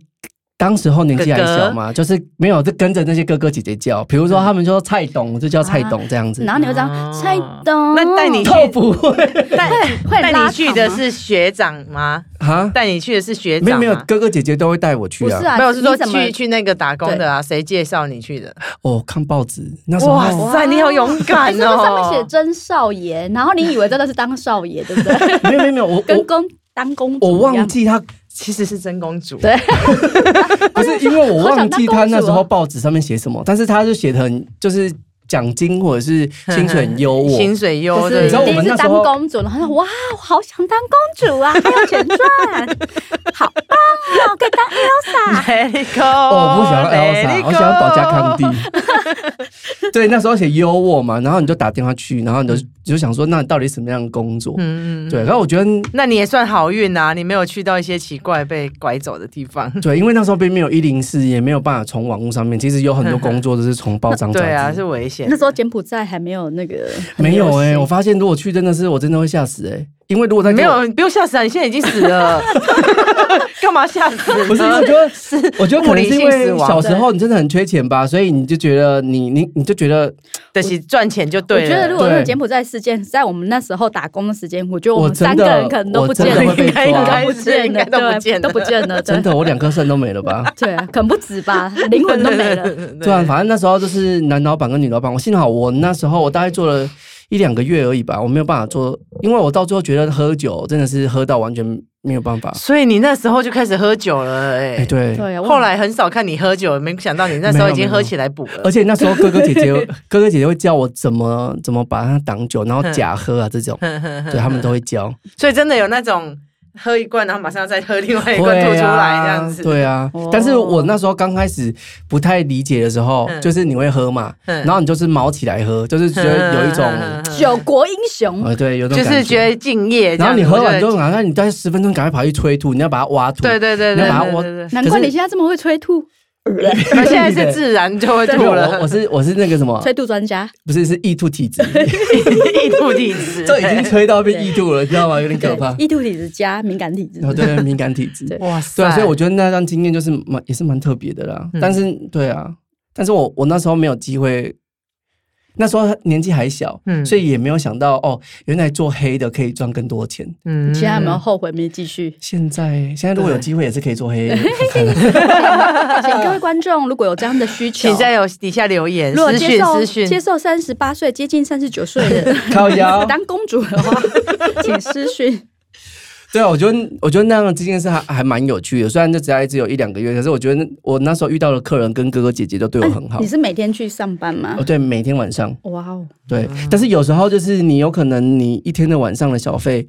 Speaker 1: 当时候年纪还小嘛，就是没有就跟着那些哥哥姐姐叫，比如说他们说蔡董，我就叫蔡董这样子。
Speaker 3: 嗯啊然后你会这样
Speaker 1: 啊
Speaker 2: 哦
Speaker 3: 蔡董，
Speaker 2: 那带你去
Speaker 1: 透不
Speaker 3: *laughs*
Speaker 1: 会
Speaker 2: 带
Speaker 3: 会
Speaker 2: 带
Speaker 3: 拉
Speaker 2: 你去
Speaker 3: 长
Speaker 2: 的
Speaker 3: 吗
Speaker 2: 是学长吗？
Speaker 1: 啊，
Speaker 2: 带你去的是学长
Speaker 1: 没有
Speaker 2: 吗？
Speaker 1: 没有，哥哥姐姐都会带我去
Speaker 3: 不
Speaker 1: 啊
Speaker 3: 是。啊，
Speaker 2: 没有，是说
Speaker 3: 你怎么
Speaker 2: 去去那个打工的啊，谁介绍你去的？
Speaker 1: 哦，看报纸那时
Speaker 2: 哇
Speaker 1: 候
Speaker 2: 塞，你好勇
Speaker 3: 还
Speaker 2: 敢
Speaker 3: 是说上面写
Speaker 2: 哦！
Speaker 3: 真少爷，然后你以为真的是当少爷，对不对？
Speaker 1: 没有没有没 *laughs* 有，我
Speaker 3: 跟
Speaker 1: 我
Speaker 3: 公当公主
Speaker 1: 我
Speaker 3: 一
Speaker 1: 忘
Speaker 3: 样，
Speaker 1: 记他
Speaker 2: 其实是真公主，
Speaker 3: 对
Speaker 1: 不是因为我
Speaker 3: 好
Speaker 1: 忘
Speaker 3: 想当
Speaker 1: 记他
Speaker 3: 公主
Speaker 1: 那时候
Speaker 3: 哦
Speaker 1: 报纸上面写什么，但是他就写的很就是奖金或者是薪水嗯很优渥，
Speaker 2: 薪水优渥，
Speaker 3: 不
Speaker 2: 对
Speaker 3: 是
Speaker 1: 你知道我
Speaker 3: 第一
Speaker 1: 们那
Speaker 3: 次
Speaker 1: 时
Speaker 3: 当
Speaker 1: 候
Speaker 3: 公主，然后说哇，我好想当公
Speaker 1: *laughs*
Speaker 3: 主啊，还有钱赚，好棒哦，可以当 Elsa。
Speaker 2: Let it go，
Speaker 1: 哦，我不想要
Speaker 2: Let
Speaker 1: Elsa，
Speaker 2: it
Speaker 1: 我想要保加
Speaker 2: go
Speaker 1: 康帝。 *laughs* 对，那时候写优渥嘛，然后你就打电话去，然后你就你就想说，那你到底什么样的工作？
Speaker 2: 嗯嗯，
Speaker 1: 对，然后我觉得
Speaker 2: 那你也算好运啊，你没有去到一些奇怪被拐走的地方。
Speaker 1: 对，因为那时候并没有一零四，也没有办法从网络上面，其实有很多工作都是从报章杂
Speaker 2: 对啊，
Speaker 1: 志。
Speaker 2: 是危险。
Speaker 3: 那时候柬埔寨还没有那个，
Speaker 1: 没有哎、
Speaker 3: 哎，
Speaker 1: 我发现如果去真的是我真的会吓死哎、因为如果在
Speaker 2: 没有，你不用吓死啊！你现在已经死了，干嘛吓
Speaker 1: *laughs*
Speaker 2: 死呢？
Speaker 1: 不是，我觉得是，我觉得可能是因
Speaker 2: 物理性死
Speaker 1: 为
Speaker 2: 亡
Speaker 1: 小时候你真的很缺钱 *laughs* 吧，所以你就觉得你你你就觉得
Speaker 2: 就是赚钱就
Speaker 3: 我
Speaker 2: 对了。
Speaker 3: 觉得如果那个
Speaker 1: 对
Speaker 3: 柬埔寨事件在我们那时候打工的时间，我觉得
Speaker 1: 我
Speaker 3: 我们
Speaker 1: 真
Speaker 3: 三
Speaker 1: 的
Speaker 3: 个人可能都不见
Speaker 1: 我真的
Speaker 3: 了
Speaker 1: 会，被抓
Speaker 3: 应
Speaker 2: 该
Speaker 3: 该不见
Speaker 2: 应该
Speaker 3: 了，
Speaker 2: 都不见
Speaker 3: 对
Speaker 2: 了
Speaker 3: 都不见了，对
Speaker 1: 真的我两颗肾都没了吧？
Speaker 3: 对，可能不止吧，灵魂都没了。
Speaker 1: *laughs* 对啊，反正那时候就是男老板跟女老板，我幸好我那时候我大概做了一两个月而已吧，我没有办法做，因为我到最后觉得喝酒真的是喝到完全没有办法。
Speaker 2: 所以你那时候就开始喝酒了、
Speaker 1: 哎、
Speaker 2: 哎、
Speaker 1: 对，
Speaker 3: 对啊，我
Speaker 2: 后来很少看你喝酒，没想到你那时候已经喝起来补了
Speaker 1: 而。且那时候哥哥姐 *laughs* 姐哥哥姐姐会教我怎么怎么把它挡酒，然后假喝啊这种，对他们都会教。
Speaker 2: 所以真的有那种喝一罐，然后马上再喝另 *laughs* 外一
Speaker 1: 会
Speaker 2: 罐吐出来
Speaker 1: 啊
Speaker 2: 这样子。
Speaker 1: 对啊
Speaker 3: 哦，
Speaker 1: 但是我那时候刚开始不太理解的时候，
Speaker 2: 嗯
Speaker 1: 就是你会喝嘛，
Speaker 2: 嗯
Speaker 1: 然后你就是毛起来喝，就是觉得有一种，
Speaker 3: 九国英雄，
Speaker 1: 呃，对，有一种
Speaker 2: 就
Speaker 1: 感
Speaker 2: 是觉得敬业这
Speaker 1: 然
Speaker 2: 样
Speaker 1: 后你喝
Speaker 2: 子。
Speaker 1: 完之
Speaker 2: 我
Speaker 1: 后，
Speaker 2: 觉得
Speaker 1: 好像你大概十分钟赶快跑去催吐，你要把它挖吐。
Speaker 2: 对对对对
Speaker 1: 你要把它
Speaker 2: 对
Speaker 1: 挖
Speaker 2: 对对
Speaker 3: 难怪
Speaker 1: 可是
Speaker 3: 你现在这么会催吐，
Speaker 2: 对，现在是自然就会
Speaker 1: 没
Speaker 2: 吐
Speaker 1: 有
Speaker 2: 了
Speaker 1: 我，我是我是那个什么，
Speaker 3: 催吐专家。
Speaker 1: 不是是易吐
Speaker 2: *laughs*
Speaker 1: 体质， *laughs*
Speaker 2: 易吐体质。
Speaker 1: 这已经吹到变易吐了，你知道吗？有点可怕
Speaker 3: 对，。易吐体质加敏感体质
Speaker 1: 然。后对敏感体质，
Speaker 3: 对
Speaker 2: 哇
Speaker 1: 对
Speaker 2: 塞！
Speaker 1: 啊，所以我觉得那段经验就是蛮也是蛮特别的啦。
Speaker 2: 嗯
Speaker 1: 但是对啊，但是我我那时候没有机会，那时候年纪还小，
Speaker 2: 嗯
Speaker 1: 所以也没有想到哦，原来做黑的可以赚更多钱。？
Speaker 2: 嗯
Speaker 3: *laughs* 其他有没有后悔没继续
Speaker 2: *laughs*
Speaker 1: 现在现在如果有机会也是可以做黑的，
Speaker 3: 请各位观众，如果有这样的
Speaker 2: *laughs*
Speaker 3: 需求，
Speaker 2: 请在有底下留言
Speaker 3: 如果
Speaker 2: 私
Speaker 3: 接
Speaker 2: 讯
Speaker 3: 受
Speaker 2: 私
Speaker 3: 接
Speaker 2: 讯。
Speaker 3: 受三十八岁接近三十九岁
Speaker 1: *laughs*
Speaker 3: 的
Speaker 1: 靠
Speaker 2: *laughs*
Speaker 1: 腰。
Speaker 3: 当公主的话， *laughs* 请私讯。
Speaker 1: 对啊，我觉得我觉得那样的经验是还还蛮有趣的，虽然这只要只有一两个月，可是我觉得那我那时候遇到的客人跟哥哥姐姐都对我
Speaker 2: 啊
Speaker 1: 很好
Speaker 3: 你。是每天去上班吗
Speaker 1: 哦，？对，每天晚上
Speaker 3: 哇哦，
Speaker 1: 对，但是有时候就是你有可能你一天的晚上的小费，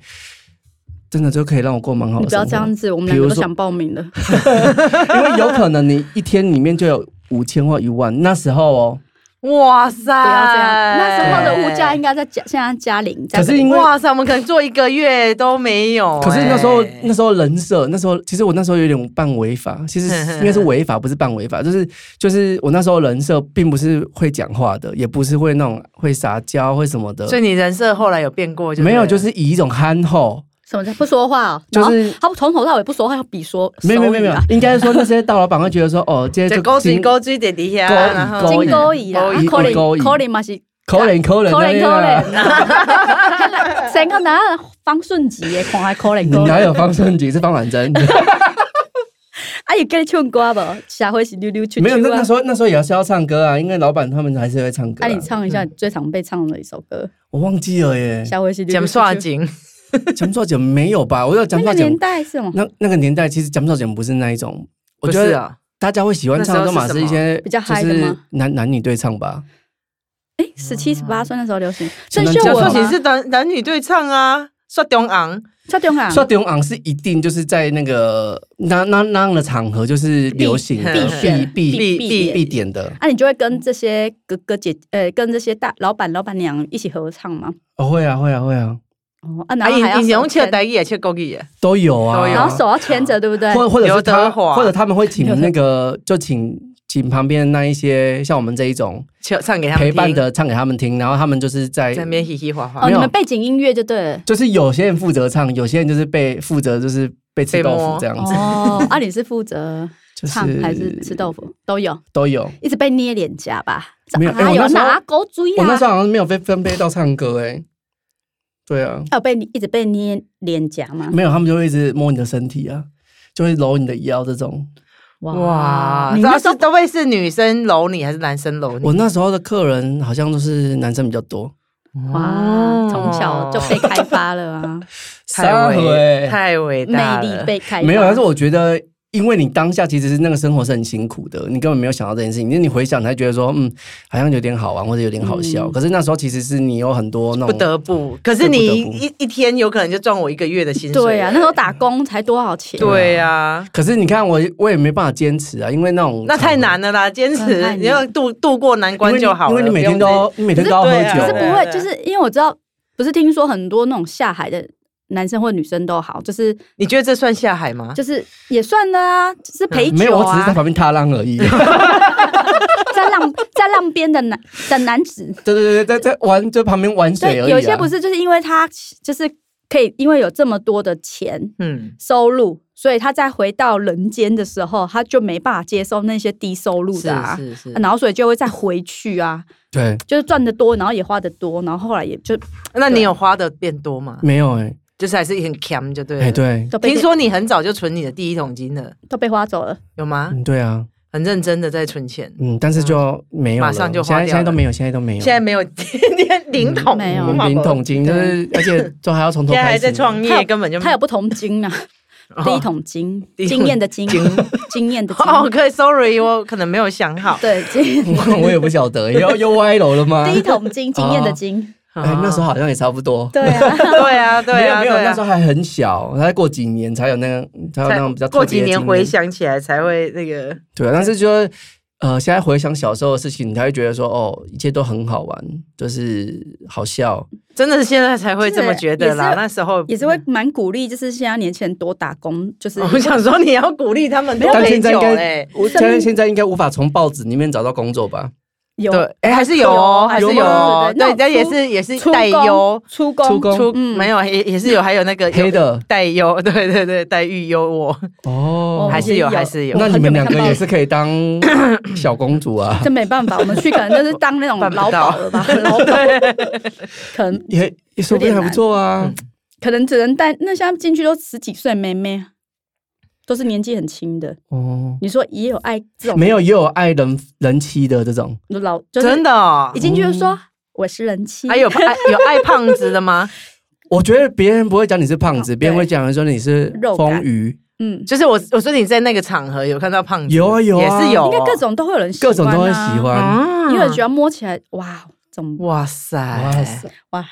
Speaker 1: 真的就可以让我过蛮好
Speaker 3: 你
Speaker 1: 的
Speaker 3: 不要
Speaker 1: 生活。
Speaker 3: 这样子，我们
Speaker 1: 比
Speaker 3: 两
Speaker 1: 如
Speaker 3: 个都
Speaker 1: 说
Speaker 3: 想报名了。
Speaker 1: 因为有可能你一天里面就有五千或一万，那时候哦，
Speaker 2: 哇塞！
Speaker 3: 不要这样，那时候的物价
Speaker 2: 应
Speaker 3: 应该在加，现在加哦零。
Speaker 1: 可是因为
Speaker 2: 哇塞，我们可能做一个月都没有、
Speaker 1: *laughs* 可是那时候
Speaker 3: 欸
Speaker 2: 哎
Speaker 1: 那时候人设，那时候其实我那时候有点半违法，其实应该是违法，不是半违法，就是就是我那时候人设并不是会讲话的，也不是会那种会撒娇会什么的
Speaker 2: 所，以你人设后来有变过就对了，
Speaker 1: 没有，就是以一种憨厚，
Speaker 3: 什么叫不说话哦？
Speaker 1: 就是
Speaker 3: 然后他从头到尾不说话，要比说
Speaker 1: 没有没有没有没
Speaker 3: 手语
Speaker 1: 有
Speaker 3: 啊， *laughs*
Speaker 1: 应该是说那些大老板会觉得说哦，今天
Speaker 2: 就
Speaker 1: 就
Speaker 2: 勾嘴
Speaker 1: 金
Speaker 2: 勾嘴点底下，
Speaker 1: 勾引
Speaker 2: 然后
Speaker 1: 勾
Speaker 3: 金
Speaker 1: 引
Speaker 3: 钩椅啦，
Speaker 2: 勾
Speaker 1: 引
Speaker 3: 可能
Speaker 1: 勾引
Speaker 3: 可啊能嘛是
Speaker 1: 扣脸扣脸
Speaker 3: 可
Speaker 1: 那
Speaker 3: 能
Speaker 1: 边
Speaker 3: 可
Speaker 1: 啊
Speaker 3: 能，啊成个男人方顺吉的看下可能
Speaker 1: 你
Speaker 3: 可
Speaker 1: 哪
Speaker 3: 能。 *laughs*
Speaker 1: 有方顺吉是方婉珍？
Speaker 3: 啊，也跟你唱歌不？下回是溜溜去。
Speaker 1: 没有，那那时候那时候也要是要唱歌啊，因为老板他们还是会唱歌、
Speaker 3: 啊，
Speaker 1: 啊。
Speaker 3: 你唱一下你最常被唱的一首歌，
Speaker 1: 我忘记了耶，
Speaker 3: 下回是溜
Speaker 2: 讲
Speaker 3: 溜
Speaker 2: 刷
Speaker 3: 去去。
Speaker 2: 景，
Speaker 1: 讲作茧没有吧？我要讲
Speaker 3: 那
Speaker 1: 作
Speaker 3: 个
Speaker 1: 茧
Speaker 3: 年，代是吗？
Speaker 1: 那那个年代其实讲作茧不是那一种，我
Speaker 2: 不
Speaker 1: 觉
Speaker 2: 是
Speaker 1: 得
Speaker 2: 啊，
Speaker 1: 大家会喜欢唱的都嘛
Speaker 2: 那时候
Speaker 1: 是
Speaker 2: 是
Speaker 1: 一些
Speaker 3: 比较
Speaker 1: 就
Speaker 3: 嗨的
Speaker 1: 是
Speaker 3: 吗
Speaker 1: 男男女对唱吧。
Speaker 3: 哎，十七十八岁那时候流行，
Speaker 1: 只能
Speaker 3: 郑秀
Speaker 1: 讲
Speaker 2: 讲
Speaker 3: 文
Speaker 2: 说
Speaker 1: 说
Speaker 3: 吗
Speaker 1: 其
Speaker 2: 你是男男女对唱啊，刷中昂，
Speaker 3: 赵东啊，
Speaker 1: 说顶昂是一定就是在那个那那那样的场合就是流行的
Speaker 2: 必
Speaker 3: 选
Speaker 1: 必必
Speaker 3: 必
Speaker 1: 必
Speaker 3: 必
Speaker 1: 必点的，
Speaker 3: 啊，你就会跟这些哥哥姐呃，跟这些大老板老板娘一起合唱吗？
Speaker 1: 哦会啊会啊会啊
Speaker 3: 哦，啊，然
Speaker 2: 啊，
Speaker 3: 后还要
Speaker 2: 以以前
Speaker 3: 手
Speaker 2: 用切
Speaker 3: 牵，
Speaker 2: 台语也切国语的，
Speaker 1: 都有啊，
Speaker 2: 都有
Speaker 3: 然后手要牵着，对不对？
Speaker 1: 或或者是
Speaker 2: 刘德
Speaker 1: 他
Speaker 2: 华
Speaker 1: 或者他们会请那
Speaker 2: *laughs*
Speaker 1: 个就请请旁边那一些像我们这一种
Speaker 2: 唱唱给他们
Speaker 1: 陪伴
Speaker 2: 听，
Speaker 1: 的唱给他们听，然后他们就是在
Speaker 2: 在那边嘻嘻哈哈
Speaker 3: 哦，
Speaker 1: 没，
Speaker 3: 你
Speaker 1: 有
Speaker 3: 们背景音乐就对了。
Speaker 1: 就是有些人负责唱，有些人就是被负责就是被吃
Speaker 2: 被
Speaker 1: 豆腐
Speaker 2: 摸
Speaker 1: 这样子，
Speaker 3: 哦，啊，你是负责
Speaker 1: 就是
Speaker 3: 唱还是吃豆腐？都有，
Speaker 1: 都有。
Speaker 3: 一直被捏脸颊吧？
Speaker 1: 没有
Speaker 3: 啊
Speaker 1: 哎我那
Speaker 3: 有
Speaker 1: 时候
Speaker 3: 拿狗嘴
Speaker 1: 我那
Speaker 3: 啊
Speaker 1: 时？候好像没有被分配到唱歌哎，对啊，
Speaker 3: 啊有被一直被捏脸颊吗？
Speaker 1: 没有，他们就会一直摸你的身体啊，就会揉你的腰这种。
Speaker 2: 哇，
Speaker 3: 哦你
Speaker 2: 主要
Speaker 3: 那时
Speaker 2: 是
Speaker 3: 候
Speaker 2: 都会是女生搂你还是男生搂你？
Speaker 1: 我那时候的客人好像都是男生比较多，
Speaker 3: 哇，从小就被开发了啊，
Speaker 2: 太
Speaker 1: *laughs* 三欸
Speaker 2: 伟
Speaker 1: 回
Speaker 2: 太伟
Speaker 3: 魅
Speaker 2: 大
Speaker 3: 力
Speaker 2: 了，
Speaker 3: 被开发。
Speaker 1: 没有，但是我觉得。因为你当下其实是那个生活是很辛苦的，你根本没有想到这件事情，因为你回想才觉得说，嗯，好像有点好玩或者有点好笑。
Speaker 3: 嗯
Speaker 1: 可是那时候其实是你有很多那
Speaker 2: 不
Speaker 1: 种
Speaker 2: 得不，可是你
Speaker 1: 对嗯不得不
Speaker 2: 一一天有可能就赚我一个月的薪水。
Speaker 3: 对啊，那时候打工才多少钱？啊
Speaker 2: 对啊呀，
Speaker 1: 可是你看我，我也没办法坚持啊，因为那种
Speaker 2: 那
Speaker 1: 场
Speaker 2: 太
Speaker 1: 合
Speaker 2: 难了啦，坚
Speaker 3: 真的太
Speaker 2: 持
Speaker 3: 难
Speaker 2: 你要度度过难
Speaker 1: 因为
Speaker 2: 关
Speaker 1: 你
Speaker 2: 就好了。
Speaker 1: 因为你每天都
Speaker 2: 不用
Speaker 1: 要你每天都要喝
Speaker 2: 可是
Speaker 1: 酒，
Speaker 2: 对啊
Speaker 3: 可是不会，
Speaker 2: 对
Speaker 3: 就是因为我知道，不是听说很多那种下海的男生或女生都好，就是
Speaker 2: 自己，你觉得这算下海吗？
Speaker 3: 就是也算了啊，就是陪
Speaker 1: 啊嗯没有，
Speaker 3: 酒
Speaker 1: 我只是在
Speaker 3: 啊，
Speaker 1: 旁边踏浪而
Speaker 2: *laughs*
Speaker 1: 已。
Speaker 3: 在浪在浪边的男的男子，
Speaker 1: 对对对，在在玩，在旁边玩水
Speaker 3: 对
Speaker 1: 而已、啊。，
Speaker 3: 有些不是就是因为他就是可以，因为有这么多的钱
Speaker 2: 嗯，
Speaker 3: 收入，所以他在回到人间的时候，他就没办法接受那些低收入
Speaker 2: 是
Speaker 3: 的啊。
Speaker 2: 是
Speaker 1: 嗯
Speaker 2: 是。
Speaker 3: 然后，所以就会再回去啊，
Speaker 1: 对，
Speaker 3: 就是赚的多，然后也花的多，然后后来也就
Speaker 2: 那
Speaker 1: 啊
Speaker 2: 你有花的变多吗？
Speaker 1: 没有哎、
Speaker 2: 就是还是很 cam 就对
Speaker 1: 哎、
Speaker 2: 了。。
Speaker 1: 对，
Speaker 3: 都被
Speaker 2: 听说你很早就存你的第一桶金了，
Speaker 3: 都被花走了。
Speaker 2: 有吗？
Speaker 1: 嗯，对啊，
Speaker 2: 很认真的在存钱，
Speaker 1: 嗯，但是就没有了，
Speaker 2: 马上就
Speaker 1: 现
Speaker 2: 花
Speaker 1: 在
Speaker 2: 掉了
Speaker 1: 现在都没有，现在都没有，
Speaker 2: 现在没有， *laughs* 连零桶
Speaker 3: 没有
Speaker 1: 我们零桶嗯金就是，而且都还要从头
Speaker 2: 现在
Speaker 1: 开
Speaker 2: 还
Speaker 1: 始。
Speaker 2: 在创
Speaker 3: 他
Speaker 2: 业，
Speaker 3: 有
Speaker 2: 根本就
Speaker 3: 他有不同金啊，第一桶金，
Speaker 2: 哦第一桶
Speaker 3: 经验的经，经
Speaker 2: *laughs*
Speaker 3: 验的经，
Speaker 2: 哦，可以，sorry，我可能没有想好。
Speaker 3: 对，经
Speaker 1: *laughs* 我也不晓得，又又歪楼了吗？
Speaker 2: *laughs*
Speaker 3: 第一桶金，经
Speaker 2: 哦
Speaker 3: 验的经，
Speaker 1: 哎、那时候好像也差不多。
Speaker 3: 对啊，
Speaker 2: *laughs*
Speaker 1: *laughs*
Speaker 2: 对啊，对啊，
Speaker 1: 没有没有，
Speaker 2: 对
Speaker 1: 那
Speaker 2: 啊
Speaker 1: 时候还很小，才过几年才有那个，才有那种比较
Speaker 2: 过
Speaker 1: 特
Speaker 2: 几
Speaker 1: 别的
Speaker 2: 年
Speaker 1: 经
Speaker 2: 回
Speaker 1: 验
Speaker 2: 想起来才会那个，
Speaker 1: 对啊，但是就是呃，现在回想小时候的事情，你才会觉得说，哦，一切都很好玩，就是好笑。
Speaker 2: 真的是现在才会这么觉得啦。
Speaker 3: 是
Speaker 2: 那时候
Speaker 3: 也是会。蛮鼓励，就是现在年轻人多打工，就是
Speaker 2: *laughs* 哦我想说，你要鼓励他们多
Speaker 1: 但
Speaker 2: 陪
Speaker 1: 现在
Speaker 2: 酒
Speaker 1: 应
Speaker 2: 哎
Speaker 1: 该，，我
Speaker 3: 生
Speaker 1: 但是
Speaker 3: 命
Speaker 1: 现在应该无法从报纸里面找到工作吧？
Speaker 3: 有
Speaker 2: 对，哎，还是有哦，还是有哦，
Speaker 3: 有吗
Speaker 2: 对，
Speaker 3: 对
Speaker 2: 但
Speaker 3: 对
Speaker 2: 也
Speaker 3: 那种
Speaker 2: 是也是
Speaker 3: 出
Speaker 2: 带优
Speaker 3: 工，出工
Speaker 1: 出工
Speaker 2: 出
Speaker 3: 嗯
Speaker 2: 没有也也是有，还有那个
Speaker 1: 黑的
Speaker 2: 带优， *laughs* 对对对，带育优我，
Speaker 1: 哦
Speaker 3: 哦
Speaker 2: 还是
Speaker 3: 也
Speaker 2: 有还是有
Speaker 1: 那
Speaker 3: 我
Speaker 1: 你
Speaker 3: 很久
Speaker 1: 们
Speaker 3: 没
Speaker 1: 两个
Speaker 3: 看报
Speaker 1: 也
Speaker 3: 纸
Speaker 1: 是可以当小公主
Speaker 2: *laughs*
Speaker 1: 啊，
Speaker 3: 这没办法，我们去可能就是当那种
Speaker 2: 办不
Speaker 3: 劳
Speaker 2: 到
Speaker 3: 保了吧，劳
Speaker 2: *laughs*
Speaker 3: 保可能
Speaker 1: 也也说不定还不错啊。
Speaker 3: 可能只能带那现在进去都十几岁妹妹，啊都是年纪很轻的。
Speaker 1: 哦，
Speaker 3: 你说也有爱这种
Speaker 1: 没有，也有爱人人妻的这种，
Speaker 3: 老，就是
Speaker 2: 真的哦哎啊
Speaker 3: 一，进去就说我是人妻，
Speaker 2: 还有爱有爱胖子的吗？ *laughs*
Speaker 1: 我觉得别人不会讲你是胖子，
Speaker 3: 哦
Speaker 1: 别人会讲说你是
Speaker 3: 肉感
Speaker 1: 丰腴，
Speaker 3: 嗯，
Speaker 2: 就是我我说你在那个场合有看到胖子，
Speaker 1: 有啊有啊
Speaker 2: 也是有哦，
Speaker 3: 应该各种都会有人喜欢
Speaker 1: 各
Speaker 3: 啊
Speaker 1: 种都会喜欢。
Speaker 2: 啊
Speaker 3: 因为喜欢摸起来，哇，哦怎么
Speaker 2: 哇塞，
Speaker 1: 哇塞，
Speaker 3: 哇？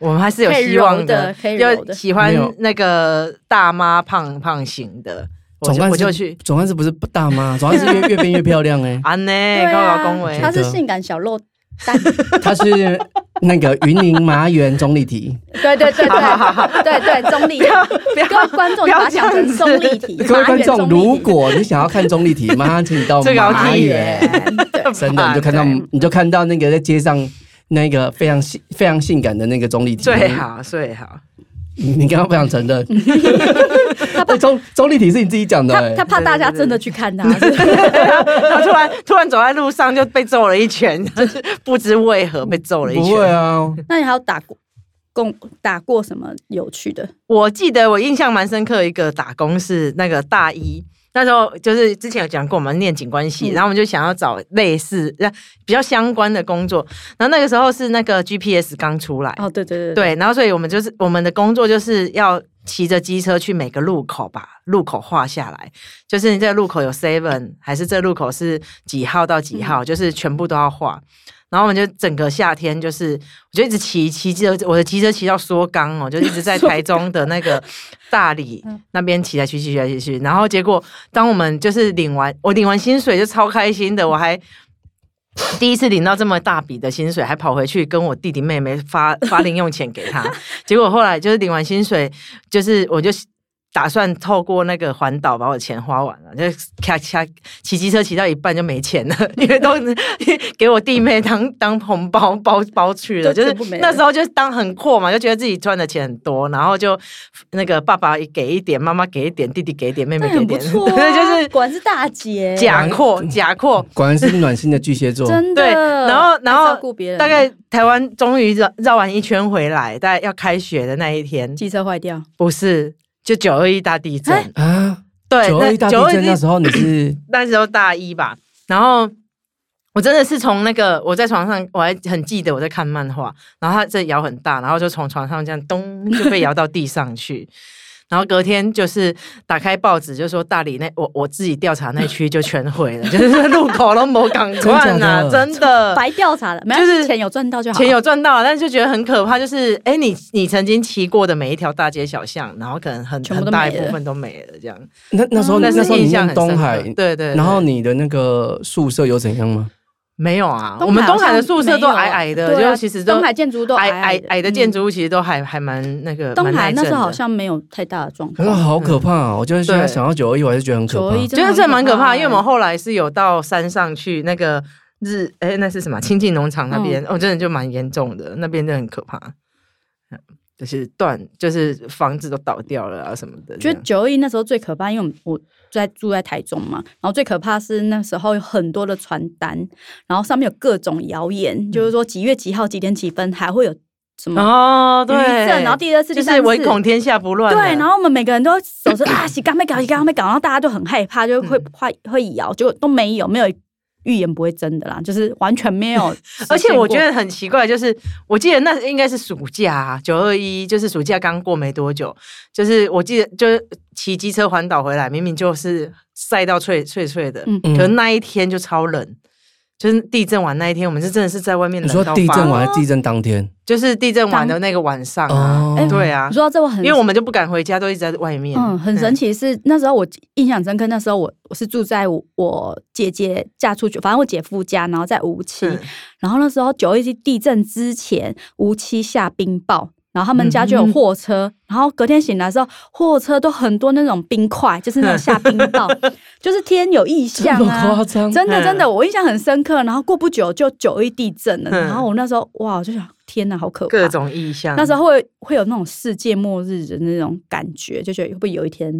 Speaker 2: 我们还是有希望
Speaker 3: 可以揉的可以揉
Speaker 2: 就
Speaker 3: 的
Speaker 2: 喜欢
Speaker 1: 没有
Speaker 2: 那个大妈胖胖型的，我
Speaker 1: 总
Speaker 2: 就
Speaker 1: 干
Speaker 2: 我
Speaker 1: 事
Speaker 2: 就去
Speaker 1: 总干事不是大
Speaker 2: *laughs*
Speaker 1: 妈，总干事越越变越漂亮哎，
Speaker 2: 安呢，
Speaker 3: 对
Speaker 2: 跟我老公
Speaker 3: 啊，
Speaker 2: 喂
Speaker 3: 他是性感小肉蛋，
Speaker 1: 她是那个云林麻园钟丽
Speaker 2: *laughs*
Speaker 1: 缇。
Speaker 3: 对对对对对对，中立体，各位观众
Speaker 2: 不要
Speaker 3: 把它想成中立体，
Speaker 1: 各位
Speaker 3: 麻
Speaker 1: 观
Speaker 3: 园
Speaker 1: 众，
Speaker 3: 中立体
Speaker 1: 如果你想要看钟丽缇，马上请你到
Speaker 2: 这个要啊
Speaker 1: 麻
Speaker 2: 听
Speaker 1: 园。
Speaker 3: 对
Speaker 1: 真的，你就看到你就看到那个在街上那个非常性非常性感的那个钟丽缇，
Speaker 2: 最好最好， *laughs*
Speaker 1: 你你刚刚不想承认？哎钟钟丽缇是你自己讲的、
Speaker 3: 他他
Speaker 1: 欸，
Speaker 3: 怕大家真的去看他， *laughs* 是不是
Speaker 2: 然后突然突然走在路上就被揍了一拳， *laughs* 就是不知为何被揍了一
Speaker 1: 嗯不会
Speaker 2: 拳。
Speaker 1: 啊，
Speaker 3: 那你还有打过共打过什么有趣的？
Speaker 2: 我记得我印象蛮深刻，一个打工是那个大一。那时候就是之前有讲过嘛，念景观系，
Speaker 3: 嗯
Speaker 2: 然后我们就想要找类似、呃比较相关的工作。然后那个时候是那个 GPS 刚出来，
Speaker 3: 哦，对对对，
Speaker 2: 对，然后所以我们就是我们的工作就是要骑着机车去每个路口把路口画下来，就是你这个路口有 seven，还是这路口是几号到几
Speaker 3: 嗯
Speaker 2: 号，就是全部都要画。然后我们就整个夏天，就是我就一直骑骑着我的机车骑到缩缸哦，就一直
Speaker 3: *laughs*
Speaker 2: 在台中的那个大理
Speaker 3: 嗯
Speaker 2: 那边骑来骑去骑来骑去。然后结果当我们就是领完我领完薪水就超开心的，我还第一次领到这么大笔的薪水，还跑回去跟我弟弟妹妹
Speaker 3: *laughs*
Speaker 2: 发发零用钱给他。结果后来就是领完薪水，就是我就打算透过那个环岛把我的钱花完了，就咔咔骑机车骑到一半就没钱了， *laughs* 因为都给我弟妹当当红包包包去了，
Speaker 3: 都
Speaker 2: 就是
Speaker 3: 全部没了
Speaker 2: 那时候就当很阔嘛，就觉得自己赚的钱很多，然后就那个爸爸给一点，妈妈给一点，弟弟给一点，妹妹
Speaker 3: 那
Speaker 2: 给一
Speaker 3: 很不
Speaker 2: 点，
Speaker 3: 错、
Speaker 2: *laughs*
Speaker 3: 啊，
Speaker 2: 对，就是
Speaker 3: 果然是大姐，
Speaker 2: 假阔假阔。
Speaker 1: 果然是暖心的巨蟹座。
Speaker 3: 真的。
Speaker 2: 对然后然后
Speaker 3: 还照顾别人，
Speaker 2: 大概台湾终于绕绕完一圈回来，大概要开学的那一天，
Speaker 3: 机车坏掉，
Speaker 2: 不是就九二一大地震
Speaker 3: 哎，
Speaker 1: 啊，
Speaker 2: 对，
Speaker 1: 九二一大地震那时
Speaker 2: 候
Speaker 1: 候你是
Speaker 2: 那时候大一吧，然后。我真的是从那个我在床上，我还很记得我在看漫画，然后它这摇很大，然后就从床上这样咚就被摇到地上去， *laughs* 然后隔天就是打开报纸就说大理那我我自己调查那区就全毁了，就是路口都没港
Speaker 1: *laughs* 真的假
Speaker 2: 赚
Speaker 1: 的
Speaker 2: 啊，真的
Speaker 3: 白调查了，没
Speaker 2: 就
Speaker 3: 有
Speaker 2: 是
Speaker 3: 钱有赚到就好，
Speaker 2: 钱有赚到，但是就觉得很可怕，就是哎、诶你你曾经骑过的每一条大街小巷，然后可能很
Speaker 3: 全
Speaker 2: 很
Speaker 3: 部都
Speaker 2: 大
Speaker 3: 没
Speaker 2: 一
Speaker 3: 了
Speaker 2: 部分都没了，这样。
Speaker 1: 那那时候哦
Speaker 3: 嗯
Speaker 1: 那
Speaker 2: 但是
Speaker 1: 时候你
Speaker 2: 印
Speaker 1: 念
Speaker 2: 象很
Speaker 1: 东
Speaker 2: 深刻
Speaker 1: 海，
Speaker 2: 对对对
Speaker 1: 然后你的那个宿舍有怎样吗？
Speaker 2: 没有啊，
Speaker 3: 东海
Speaker 2: 我们东海的
Speaker 3: 好像
Speaker 2: 宿舍都
Speaker 3: 没有
Speaker 2: 矮矮的，
Speaker 3: 对啊
Speaker 2: 就其实都
Speaker 3: 东海建筑都
Speaker 2: 矮
Speaker 3: 矮
Speaker 2: 矮的建
Speaker 3: 嗯
Speaker 2: 筑物，其实都还还蛮那个。
Speaker 3: 东
Speaker 2: 蛮
Speaker 3: 海
Speaker 2: 耐
Speaker 3: 那时
Speaker 2: 震
Speaker 3: 候好
Speaker 2: 的
Speaker 3: 像没有太大的状
Speaker 1: 可是
Speaker 3: 况，
Speaker 1: 好可怕啊！我就是现在
Speaker 2: 对
Speaker 1: 想到九二一，我还是觉得很可
Speaker 3: 嗯九
Speaker 1: 怕
Speaker 3: 二。一
Speaker 2: 觉得这蛮可怕，因为我们
Speaker 3: 后
Speaker 2: 后来是有到山上去那个日，哎、那是什么亲近农场那边，
Speaker 3: 嗯
Speaker 2: 哦，真的就蛮严重的，那边真的很可怕，嗯就是断，就是房子都倒掉了啊什么的这
Speaker 3: 觉
Speaker 2: 样。
Speaker 3: 得九二一那时候最可怕，因为我们我在住在台中嘛，然后最可怕是那时候有很多的传单，然后上面有各种谣言，就是说几月几号几点几分还会有什么
Speaker 2: 嗯哦，
Speaker 3: 余
Speaker 2: 对，
Speaker 3: 震，然后第二次、
Speaker 2: 就
Speaker 3: 第
Speaker 2: 是
Speaker 3: 三
Speaker 2: 唯
Speaker 3: 次。
Speaker 2: 恐天下不乱啊。
Speaker 3: 对，然后我们每个人都
Speaker 2: *coughs*
Speaker 3: 手是啊，洗干没搞，洗干没搞，然后大家就很害怕，就会
Speaker 2: 嗯
Speaker 3: 怕会摇，结果都没有，没有预言不会真的啦，就是完全没有实现过。
Speaker 2: *laughs* 而且我觉得很奇怪，就是我记得那应该是暑假啊九二一，就是暑假刚过没多久，就是我记得就是骑机车环岛回来，明明就是晒到脆脆脆的，
Speaker 3: 嗯
Speaker 2: 可是那一天就超冷。就是地震完那一天，我们是真的是在外面
Speaker 1: 你
Speaker 2: 冷
Speaker 1: 说
Speaker 2: 到
Speaker 1: 地震
Speaker 2: 发
Speaker 1: 完还是地震当天？
Speaker 2: 就是地震完的那个晚上啊
Speaker 1: 哦哎，
Speaker 2: 对啊
Speaker 3: 你，说到这我很
Speaker 2: 因为我们就不敢回家，都一直在外面。
Speaker 3: 嗯，很神奇是。那时候我印象深刻，那时候我我是住在我我姐姐嫁出去，反正我姐夫家，然后在无期。
Speaker 2: 嗯。
Speaker 3: 然后那时候九一一地震之前，无期下冰雹，然后他们家就有货车，然后隔天醒来的时候，货车都很多那种冰块，就是那种下冰雹，就是天有异
Speaker 1: 这
Speaker 3: 象
Speaker 1: 么
Speaker 3: 啊
Speaker 1: 夸。张？
Speaker 3: 真的
Speaker 2: 嗯
Speaker 3: 真的，我印象很深刻。然后过不久就九一地震了，
Speaker 2: 嗯
Speaker 3: 然后我那时候哇，我就想天哪，好可怕！
Speaker 2: 各种意象，
Speaker 3: 那时候会会有那种世界末日的那种感觉，就觉得会不会有一天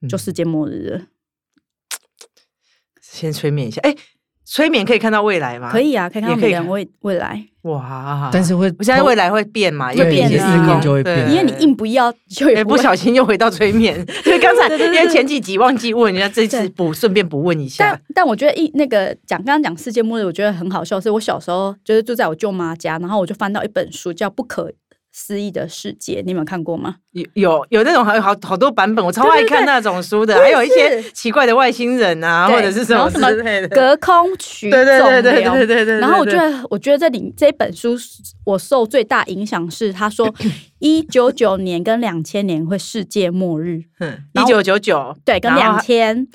Speaker 2: 嗯
Speaker 3: 就世界末日了？
Speaker 2: 先催眠一下。哎，催眠可以看到未来吗？
Speaker 3: 可以啊，可以看到
Speaker 2: 也可以
Speaker 3: 每个人
Speaker 2: 看
Speaker 3: 未未来，
Speaker 2: 哇！
Speaker 1: 但是会，
Speaker 2: 我现在未来会变嘛，因
Speaker 1: 对
Speaker 2: 为平行
Speaker 3: 你的
Speaker 2: 时
Speaker 3: 意
Speaker 2: 空
Speaker 3: 念
Speaker 1: 就会变
Speaker 3: 因为你硬不要就
Speaker 2: 哎
Speaker 3: 也
Speaker 2: 不
Speaker 3: 会
Speaker 2: 小心又回到催
Speaker 3: *laughs*
Speaker 2: 眠，因为刚才
Speaker 3: 对对
Speaker 2: 因
Speaker 3: 对
Speaker 2: 为前几集忘记问人家，这次
Speaker 3: 对
Speaker 2: 补顺便补问一下
Speaker 3: 但。但我觉得一那个讲刚刚讲世界末日，我觉得很好笑。是我小时候就是住在我舅妈家，然后我就翻到一本书叫《不可思议的世界》，你有没有看过吗？
Speaker 2: 有有有那种好好好多版本，我超
Speaker 3: 对
Speaker 2: 爱
Speaker 3: 对
Speaker 2: 看
Speaker 3: 对
Speaker 2: 那种书的，
Speaker 3: 我
Speaker 2: 还
Speaker 3: 也
Speaker 2: 有一些
Speaker 3: 是
Speaker 2: 奇怪的外星人啊，
Speaker 3: 对
Speaker 2: 或者是什
Speaker 3: 然
Speaker 2: 么
Speaker 3: 后什么
Speaker 2: 之类的。
Speaker 3: 隔空取
Speaker 2: 对对对
Speaker 3: 种
Speaker 2: 对
Speaker 3: 流
Speaker 2: 对对对对。
Speaker 3: 然后我觉
Speaker 2: 对
Speaker 3: 得，我觉得这里这本书我受最大影响是，
Speaker 2: *laughs*
Speaker 3: 他说一九九年跟两千年会世界末日，
Speaker 2: 嗯，一
Speaker 3: 然后
Speaker 2: 九九九，
Speaker 3: 对，跟
Speaker 2: 然后
Speaker 3: 两千，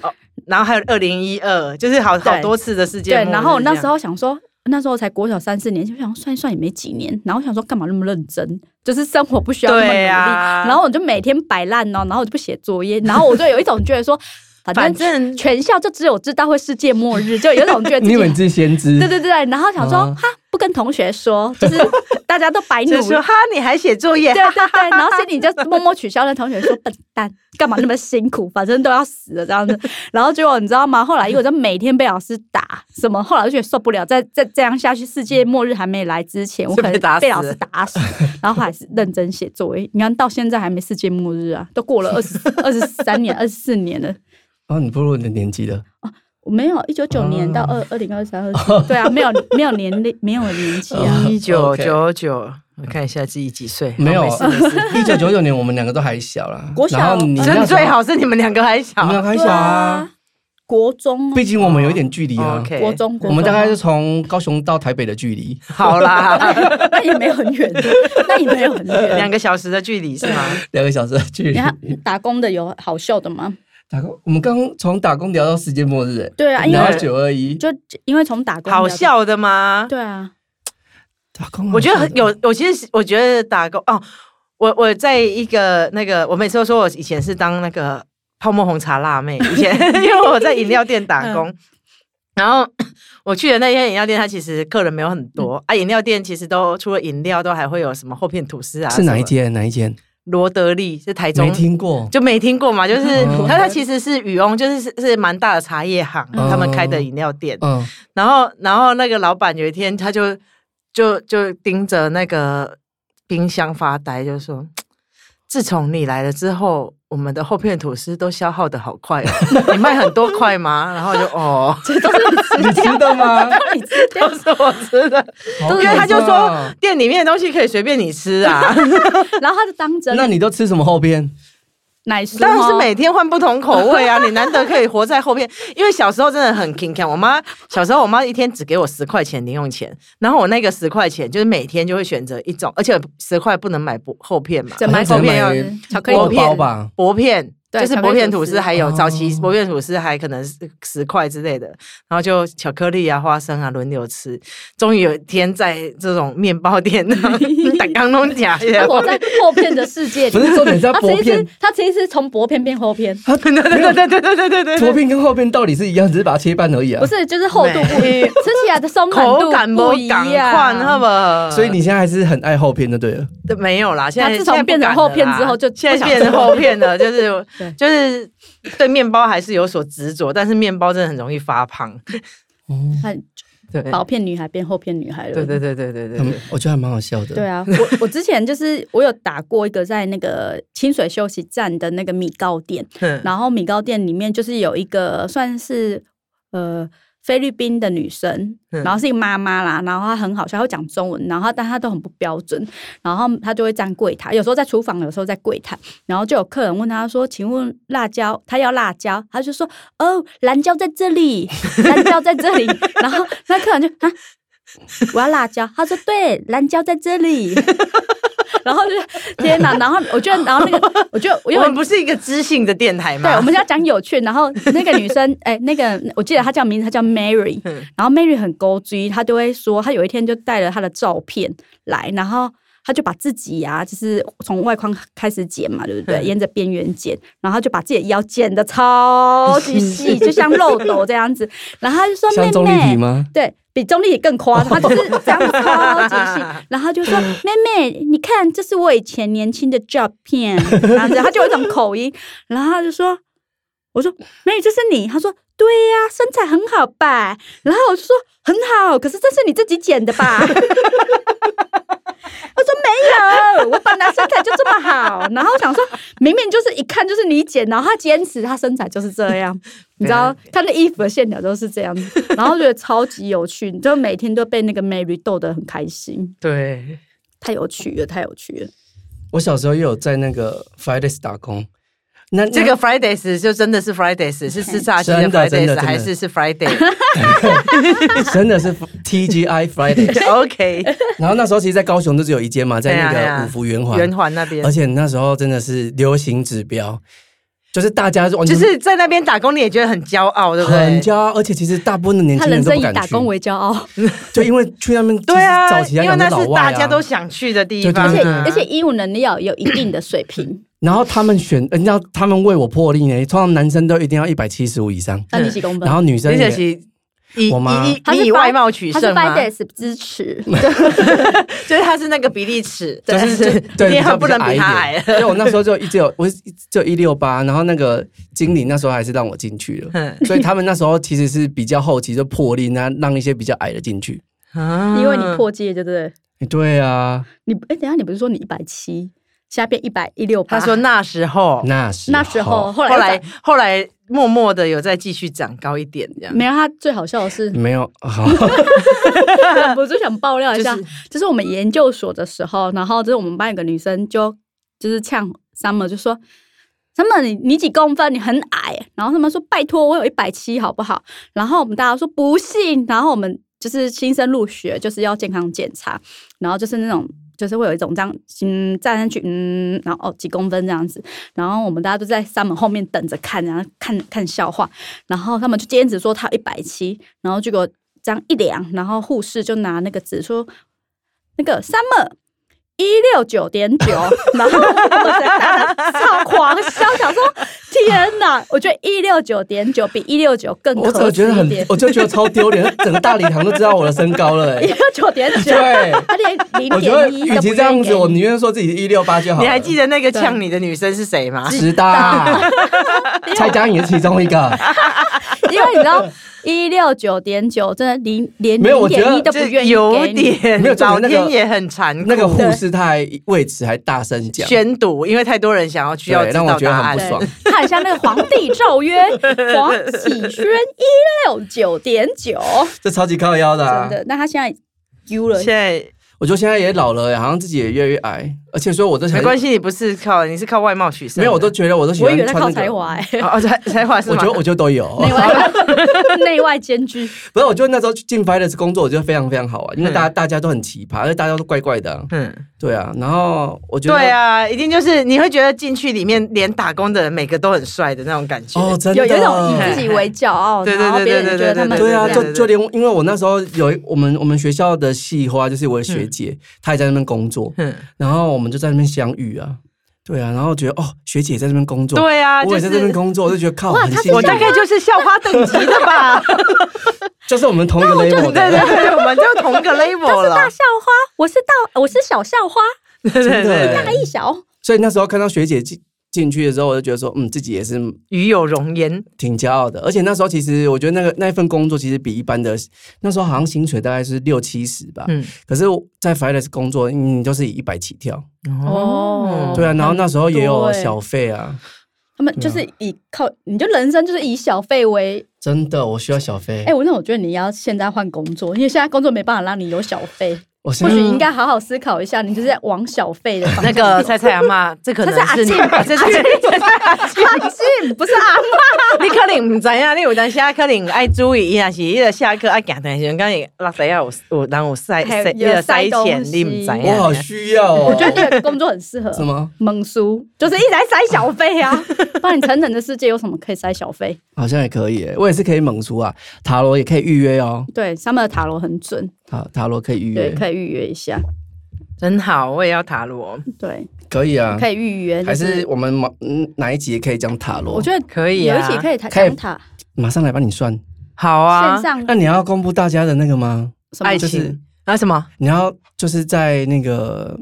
Speaker 2: 然后还有二零一二，就是好好
Speaker 3: 对
Speaker 2: 多次的世界
Speaker 3: 对。
Speaker 2: 末日
Speaker 3: 然后我那
Speaker 2: 这样
Speaker 3: 时候想说，那时候才国小三四年级，就想算一算也没几年，然后我想说干嘛那么认真，就是生活不需要那么努
Speaker 2: 对
Speaker 3: 力。
Speaker 2: 啊，
Speaker 3: 然后我就每天摆烂哦，然后我就不写作业，然后我就有一种觉得说， *laughs* 反正
Speaker 2: 反正
Speaker 3: 全校就只有知道会世界末日，就有一种觉得自
Speaker 1: 你以为你
Speaker 3: 己。
Speaker 1: 自己先知？
Speaker 3: 对对对，然后想说
Speaker 1: 啊
Speaker 3: 哈，不跟同学说，就是大家都白
Speaker 2: *laughs*
Speaker 3: 努
Speaker 2: 就
Speaker 3: 力
Speaker 2: 说，哈，你还写作业
Speaker 3: 对，对对，然后心里就默默取消那同学说笨蛋，干嘛那么辛苦，反正都要死了这样子。然后结果你知道吗？后来因为我就每天被老师打，什么后来就觉得受不了，再再这样下去，世界末日还没来之前，我
Speaker 2: 就
Speaker 3: 可
Speaker 2: 被
Speaker 3: 能
Speaker 2: 打
Speaker 3: 被
Speaker 2: 死
Speaker 3: 老师打死。然后后来是认真写作业，你看到现在还没世界末日啊，都过了二十二十三年、二十四年了，
Speaker 1: 哦，你步入你的年纪了，
Speaker 3: 我没有一九九年到
Speaker 1: 哦
Speaker 3: 二二零二三二四，对啊，没有没有年龄，没有年纪
Speaker 1: 哦
Speaker 3: 啊。
Speaker 2: 一九九九，我看一下自己几岁。
Speaker 1: 没有啊
Speaker 2: 哦事没事
Speaker 1: 一九九九年我们两个都还小啦，
Speaker 3: 国小
Speaker 1: 然后你
Speaker 2: 所以
Speaker 1: 那
Speaker 2: 你
Speaker 1: 时候
Speaker 2: 最，好是你们两个还小
Speaker 1: 你们。两个还
Speaker 3: 对
Speaker 1: 小啊，，
Speaker 3: 国中啊
Speaker 1: 毕竟我们有一点距离啊。
Speaker 2: OK，
Speaker 3: 国中，国
Speaker 1: 我们大概
Speaker 3: 中
Speaker 1: 是从高雄到台北的距离，*laughs*
Speaker 2: *laughs* 好啦，
Speaker 3: *laughs* 那也没有很远，那也没有很
Speaker 2: 两
Speaker 3: 远。
Speaker 2: 个小时的距离是吗？
Speaker 1: 两个小时的距
Speaker 3: 你
Speaker 1: 离。
Speaker 3: 看打工的有好笑的吗？
Speaker 1: 打工，我们刚刚从打工聊到世界末日、欸，
Speaker 3: 对啊，因
Speaker 1: 聊
Speaker 3: 为
Speaker 1: 到九二一，
Speaker 3: 就因为从打工
Speaker 2: 好
Speaker 3: 聊到，
Speaker 2: 笑的吗？
Speaker 3: 对啊，
Speaker 1: 打工好像，啊
Speaker 2: 我觉得很有，我其实我觉得打工哦，我我在一个那个，我每次都说我以前是当那个泡沫红茶辣妹，以前因为我在饮料店打工， *laughs* 然后 *clears throat* 我去的那间饮料店，它其实客人没有很多、啊，饮料店其实都除了饮料，都还会有什么厚片吐司啊，
Speaker 1: 是哪一
Speaker 2: 间？
Speaker 1: 间？哪一间？
Speaker 2: 罗德利是台中
Speaker 1: 没。听过。
Speaker 2: 就没听过嘛，就是
Speaker 1: 嗯
Speaker 2: 它它其实是雨翁，就是是是蛮大的茶叶行，
Speaker 1: 嗯
Speaker 2: 他们开的饮料店。
Speaker 1: 嗯，
Speaker 2: 然后，然后那个老板有一天，他就就就盯着那个冰箱发呆，就说：“自从你来了之后，我们的厚片吐司都消耗的好快、哦，你卖很多块吗？”然后我就哦，
Speaker 3: 这都是
Speaker 1: 你知道
Speaker 3: *laughs*
Speaker 1: 吗？
Speaker 3: 你知道
Speaker 2: 都 *laughs* 是我吃的，
Speaker 1: 好
Speaker 2: 因为他就
Speaker 1: 可怕
Speaker 2: 说店里面的东西可以随便你吃啊，
Speaker 3: 然后他就当真
Speaker 1: 那你都吃什么后边？
Speaker 3: 奶酥哦，
Speaker 2: 当然是每天换不同口味啊，你难得可以活在后面。因为小时候真的很 king can，我妈小时候我妈一天只给我十块钱零用钱，然后我那个十块钱就是每天就会选择一种，而且十块不能买薄厚片嘛，
Speaker 3: 只买
Speaker 1: 好像
Speaker 3: 薄
Speaker 1: 只
Speaker 3: 片
Speaker 1: 能
Speaker 3: 要
Speaker 1: 买
Speaker 3: 巧克力
Speaker 1: 薄
Speaker 3: 薄
Speaker 1: 包
Speaker 3: 片，
Speaker 1: 吧？
Speaker 2: 薄片。
Speaker 3: 对
Speaker 2: 就是
Speaker 3: 巧克
Speaker 2: 薄
Speaker 3: 力
Speaker 2: 片
Speaker 3: 吐
Speaker 2: 吐
Speaker 3: 司
Speaker 2: 司，还有
Speaker 1: 哦
Speaker 2: 早期薄片吐司还可能是十块之类的，然后就巧克力啊、花生啊轮流吃。终于有一天在这种面包店，打刚弄假，
Speaker 3: 他活在厚片的世界
Speaker 1: 不
Speaker 3: 里。
Speaker 1: 是重
Speaker 3: *laughs*
Speaker 1: 点是要
Speaker 3: 他
Speaker 1: 薄
Speaker 3: 其实
Speaker 1: 片，
Speaker 3: 他其啊实是从薄片变
Speaker 1: *laughs*
Speaker 3: 厚片，
Speaker 2: 对对对对对对对对对，
Speaker 1: 薄片跟厚片道理是一样，只是把它切半而已啊
Speaker 3: 不。是就是厚度不一，吃起来的松软
Speaker 2: 口
Speaker 3: 度
Speaker 2: 感
Speaker 3: 不
Speaker 2: 不
Speaker 3: 一
Speaker 2: 赶
Speaker 3: 样
Speaker 2: 快，。好不好？
Speaker 1: 所以你现在还是很爱厚片就对了。
Speaker 2: 对没有啦，现在
Speaker 3: 自从
Speaker 2: 现在不
Speaker 3: 变成
Speaker 2: 敢
Speaker 3: 厚
Speaker 2: 了
Speaker 3: 片
Speaker 2: 啦
Speaker 3: 之后就不
Speaker 2: 现在
Speaker 3: 想
Speaker 2: 变
Speaker 3: 吃
Speaker 2: 成
Speaker 3: 厚
Speaker 2: 厚片
Speaker 3: *laughs*
Speaker 2: 了，就是
Speaker 3: 对
Speaker 2: 就是对面包还是有所执着，但是面包真的很容易发胖。
Speaker 1: 哦，
Speaker 3: 很 *laughs*
Speaker 2: 对
Speaker 3: 薄片女孩变厚片女孩了。
Speaker 2: 对对对对对对
Speaker 1: 很
Speaker 2: 对，
Speaker 1: 嗯我觉得还蛮好笑的。
Speaker 3: 对，啊，我我之前就是我有打过一个在那个清水休息站的那个米糕店，
Speaker 2: 哼
Speaker 3: 然后米糕店里面就是有一个算是呃菲律宾的女生，
Speaker 2: 嗯
Speaker 3: 然后是一个妈妈啦，然后她很好笑，她会讲中文，然后但她都很不标准，然后她就会站柜台，有时候在厨房，有时候在柜台，然后就有客人问她说：“请问辣椒？”她要辣椒，她就说：“哦，蓝椒在这里，蓝椒在这里。”然后那客人就啊。我要辣椒，她说对，蓝椒在这里，然后就天哪，然后我觉得，然后那个，我觉得我
Speaker 2: 我
Speaker 3: 又
Speaker 2: 们不是一个知性的电台
Speaker 3: 对，
Speaker 2: 吗？
Speaker 3: 我们是要讲有趣。然后那个女生，哎、那个我记得她叫名字，她叫 Mary
Speaker 2: 嗯。
Speaker 3: 然后 Mary 很勾追，她就会说，她有一天就带了她的照片来，然后她就把自己呀、就是从外框开始剪嘛，对不对？
Speaker 2: 嗯
Speaker 3: 沿着边缘剪，然后她就把自己的腰剪的超
Speaker 2: *laughs*
Speaker 3: 级细，就像漏斗这样子。然后她就说：“
Speaker 1: 像钟丽
Speaker 3: 妹
Speaker 1: 缇
Speaker 3: 妹，
Speaker 1: 吗？
Speaker 3: 对比钟丽缇更夸张，她就是这样子超级细。然后她就说：“妹妹，你看，这是我以前年轻的照片。” *laughs* 然后她就有一种口音，然后她就说：“我说妹，这是你。”她说：“对呀、身材很好吧？”然后我就说：“很好，可是这是你自己剪的吧？” *laughs* 我说没有，我本来身材就这么好，然后我想说，明明就是一看就是你剪，然后她坚持她身材就是
Speaker 1: *laughs*
Speaker 3: 这样，你知道
Speaker 1: 啊
Speaker 3: 她的衣服的线条都是这样子，然后觉得超级有趣，你就每天都被那个 Mary 逗得很开心，
Speaker 2: 对，
Speaker 3: 太有趣了，太有趣了。
Speaker 1: 我小时候也有在那个 Fridays 打工。那
Speaker 2: 这个 Fridays 就真的是 Fridays，是
Speaker 3: 嗯
Speaker 2: 吃炸鸡的
Speaker 1: 真的真的真
Speaker 2: Fridays
Speaker 1: 的
Speaker 2: 还是是
Speaker 3: *laughs*
Speaker 2: Friday？OK，
Speaker 1: 那
Speaker 2: *laughs*
Speaker 1: 真的是 TGI Fridays。然后那时候其实，在高雄就只有一间嘛，在那
Speaker 2: 对啊对
Speaker 1: 个
Speaker 2: 啊
Speaker 1: 五福圆环。
Speaker 2: 圆环那边
Speaker 1: 而。且那时候真的是流行指标，就是大家完
Speaker 2: 就
Speaker 1: 全
Speaker 2: 是在那边打工，你也觉得很骄傲，对不对？
Speaker 1: 很骄傲，而且其实大部分的年
Speaker 3: 他
Speaker 1: 轻人
Speaker 3: 人
Speaker 1: 都
Speaker 3: 生
Speaker 1: 不
Speaker 3: 以
Speaker 1: 敢
Speaker 3: 打
Speaker 1: 去，
Speaker 3: 工为骄傲，
Speaker 1: 就因为去那边
Speaker 2: 对啊，
Speaker 1: 就是早期
Speaker 2: 因为那
Speaker 1: 老
Speaker 2: 是
Speaker 1: 外啊
Speaker 2: 大家都想去的地
Speaker 1: 对对
Speaker 2: 方、啊
Speaker 3: 而且
Speaker 1: 嗯
Speaker 3: 而且英文能力要有一定的水平。
Speaker 1: *clears throat* 然后他们选，你知道他们为我破例呢，通常男生都一定要一百七十五以上，
Speaker 3: 那你几公分
Speaker 1: 然？后女生
Speaker 2: 嗯而且
Speaker 1: 也
Speaker 2: 是以以
Speaker 1: 我妈
Speaker 2: 以
Speaker 3: 她是
Speaker 2: 你以
Speaker 3: Fri-
Speaker 2: 外貌取
Speaker 3: 他是
Speaker 2: 胜吗？
Speaker 3: Fridays 支持，
Speaker 2: *laughs*
Speaker 3: *laughs*
Speaker 2: 就是他是那个比例尺，
Speaker 1: 就
Speaker 2: 但
Speaker 1: 是
Speaker 2: *laughs*
Speaker 1: 就对，
Speaker 2: 你也
Speaker 1: 比较
Speaker 2: 不能比他
Speaker 1: 一
Speaker 2: 矮
Speaker 1: 点。 *laughs* 所以我那时候就一直有，我就一六八，然后那个经理那时候还是让我进 *laughs* 去了，
Speaker 2: 嗯
Speaker 1: 所以他们那时候其实是比较后期就破例，那让一些比较矮的进去。
Speaker 2: 啊
Speaker 3: 因为你破戒，对不对？
Speaker 1: 对啊，
Speaker 3: 你哎，等一下你不是说你一百七？现在变一百一六八。
Speaker 2: 他说那时候，
Speaker 1: 那时
Speaker 3: 那时
Speaker 1: 哦
Speaker 3: 候后
Speaker 2: 后
Speaker 3: 来
Speaker 2: 来后来默默的有再继续长高一点，这样
Speaker 3: 没有他最好笑的是，
Speaker 1: 没有 *laughs* 好，
Speaker 3: 忍不住想爆料一下，
Speaker 2: 就
Speaker 3: 就是、我们研究所的时候，然后就是我们班有个女生就就是呛 Summer 就说。Summer，你你几公分？你很矮。然后他们说：“拜托，我有一百七，好不好？”然后我们大家说：“不信。”然后我们就是新生入学，就是要健康检查，然后就是那种，就是会有一种这样，嗯，站上去，嗯，然后哦几公分这样子。然后我们大家都在 Summer 后面等着看，然后看看笑话。然后他们就坚持说他一百七，然后结果这样一量，然后护士就拿那个纸说那个 summer 一六九点九，然后我在打的超狂笑，想说天哪！我觉得一六九点九比一六九更
Speaker 1: 我怎
Speaker 3: 可
Speaker 1: 么觉
Speaker 3: 耻
Speaker 1: 得
Speaker 3: 一
Speaker 1: 很
Speaker 3: 点，，
Speaker 1: 我就觉得超丢脸，整个大礼堂都知道我的身高了、
Speaker 3: 一
Speaker 1: 欸。
Speaker 3: 六九点九，
Speaker 1: *laughs* 对
Speaker 3: 他连零
Speaker 1: 我觉得
Speaker 3: 点一
Speaker 1: 与其这样子，我宁愿说自己一六八就好了。
Speaker 2: 你还记
Speaker 1: 得
Speaker 2: 得那个呛你的女生是谁吗？
Speaker 1: 十大？蔡佳颖是其中一 *laughs* 个，
Speaker 3: 因为你知道一六九点九真的零连
Speaker 1: 没有
Speaker 3: 零
Speaker 1: 我觉
Speaker 3: 点一
Speaker 1: 得
Speaker 3: 都不
Speaker 2: 这
Speaker 3: 愿意
Speaker 2: 有
Speaker 3: 给你。
Speaker 1: 没有
Speaker 2: 点，
Speaker 1: 重
Speaker 2: 老
Speaker 1: 点那个
Speaker 2: 天也很残酷，
Speaker 1: 那个护士他还为此还大声讲，
Speaker 2: 宣读，因为太多人想要需要
Speaker 1: 对
Speaker 2: 知
Speaker 1: 让我
Speaker 2: 道
Speaker 1: 觉得
Speaker 2: 答
Speaker 1: 很
Speaker 2: 案
Speaker 1: 不。爽
Speaker 3: 对，看一下那个《皇帝诏曰》，黄启轩一六九点九，
Speaker 1: 这超级靠腰的、啊
Speaker 3: 真。的。那他现在丢了，
Speaker 2: 现在
Speaker 1: 我觉得现在也老了、欸，好像自己也越来越矮，而且所以我都
Speaker 2: 没关
Speaker 1: 系，
Speaker 2: 系，你不是靠你是靠外貌取胜的。
Speaker 1: 没有，我都觉得我都喜
Speaker 3: 我
Speaker 1: 欢
Speaker 3: 以为在
Speaker 1: 穿
Speaker 3: 靠
Speaker 1: 那
Speaker 3: 才
Speaker 1: 个。
Speaker 3: 华、欸，
Speaker 2: 哦哦才才华是
Speaker 1: 我
Speaker 2: 吗
Speaker 1: 觉得，？我觉得都有。
Speaker 3: 内外内外兼具。
Speaker 1: *laughs* 不是，我觉得那时候进 Finance 工作，我觉得非常非常好玩，因为
Speaker 2: 嗯
Speaker 1: 大家、大家都很奇葩，而且大家都怪怪的啊、
Speaker 2: 嗯，
Speaker 1: 对啊，然后我觉得
Speaker 2: 对，啊，一定就是你会觉得进去里面连打工的人每个都很帅的那种感觉。
Speaker 1: 哦，真的
Speaker 3: 有有一种以自己为骄傲，
Speaker 2: 对对
Speaker 3: 然后别人
Speaker 2: 对对
Speaker 3: 也觉得他们
Speaker 1: 对啊，
Speaker 3: 怎么样
Speaker 1: 就就连因为我那时候有一我们我们学校的系花，就是我的学姐，她也在那边工作，
Speaker 2: 嗯，
Speaker 1: 然后我们就在那边相遇啊，对啊，然后觉得哦，学姐也在那边工作，
Speaker 2: 对啊，
Speaker 1: 我
Speaker 2: 就
Speaker 1: 也在这边
Speaker 2: 是
Speaker 1: 工作，我就觉得靠，
Speaker 3: 哇
Speaker 1: 很
Speaker 3: 她
Speaker 1: 幸
Speaker 2: 我
Speaker 1: 运，
Speaker 2: 大概就是校花等级的吧。
Speaker 1: 就是我们同一个 level
Speaker 2: 对对
Speaker 1: 的，
Speaker 2: 对，我们就同个 level
Speaker 3: 是大
Speaker 2: 了。
Speaker 3: 校花，我是大我是小校花，
Speaker 2: 对
Speaker 3: *laughs*
Speaker 2: 对
Speaker 1: 真的
Speaker 2: 对，
Speaker 1: 欸
Speaker 3: 大一小。
Speaker 1: 所以那时候看到学姐进进去的时候，我就觉得说，嗯，自己也是
Speaker 2: 与有容颜。
Speaker 1: 挺骄傲的。而且那时候其实我觉得那个那一份工作其实比一般的那时候好像薪水大概是六七十吧，
Speaker 2: 嗯，
Speaker 1: 可是我在 Finance 工作，你就是以一百起跳，
Speaker 3: 哦
Speaker 1: 对啊，然后那时候也有
Speaker 3: 很多欸
Speaker 1: 小费啊，
Speaker 3: 他们就是以靠，你就人生就是以小费为，
Speaker 1: 真的我需要小费
Speaker 3: 哎、，我那我觉得你要现在换工作，因为现在工作没办法让你有小费，
Speaker 1: 我现
Speaker 3: 或许
Speaker 1: 在
Speaker 3: 你应该好好思考一下，你就是在往小费的方
Speaker 2: 那
Speaker 3: 向
Speaker 2: 个
Speaker 3: 走
Speaker 2: 菜菜阿妈，这可能是你，这是这是阿静
Speaker 3: 阿进不是阿
Speaker 2: 你可能唔知影，你有当时啊可能爱注意，伊若是伊个下课爱行的时候，刚也落地啊有有人有塞
Speaker 3: 还有
Speaker 2: 塞伊个塞
Speaker 3: 有塞
Speaker 2: 钱，
Speaker 3: 东
Speaker 2: 你
Speaker 3: 西
Speaker 2: 唔知
Speaker 1: 我好
Speaker 2: 影。
Speaker 1: 需要哦，
Speaker 3: 我觉得你的工作很适合
Speaker 1: 什么？
Speaker 3: 猛叔，就是一直在塞小费啊。不然你成人的世界有什么可以塞小费？
Speaker 1: 好像也可以耶，我也是可以猛出啊，塔罗也可以预约哦，
Speaker 3: 对，上面的塔罗很准，
Speaker 1: 塔塔罗可以预
Speaker 3: 对，
Speaker 1: 约，
Speaker 3: 可以预约一下，
Speaker 2: 真好，我也要塔罗，
Speaker 3: 对，
Speaker 1: 可以啊，
Speaker 3: 可以预约。就
Speaker 1: 还是我们马嗯哪一集也可以讲塔罗？
Speaker 3: 我觉得
Speaker 2: 可以
Speaker 3: 有
Speaker 2: 啊
Speaker 3: 一起可以
Speaker 1: 可以
Speaker 3: 谈塔
Speaker 1: 马上来帮你算。
Speaker 2: 好啊
Speaker 3: 线。上
Speaker 1: 那你要公布大家的那个吗？
Speaker 3: 什么
Speaker 2: 爱
Speaker 1: 就
Speaker 2: 情
Speaker 1: 是
Speaker 2: 然后什么？
Speaker 1: 你要就是在那个，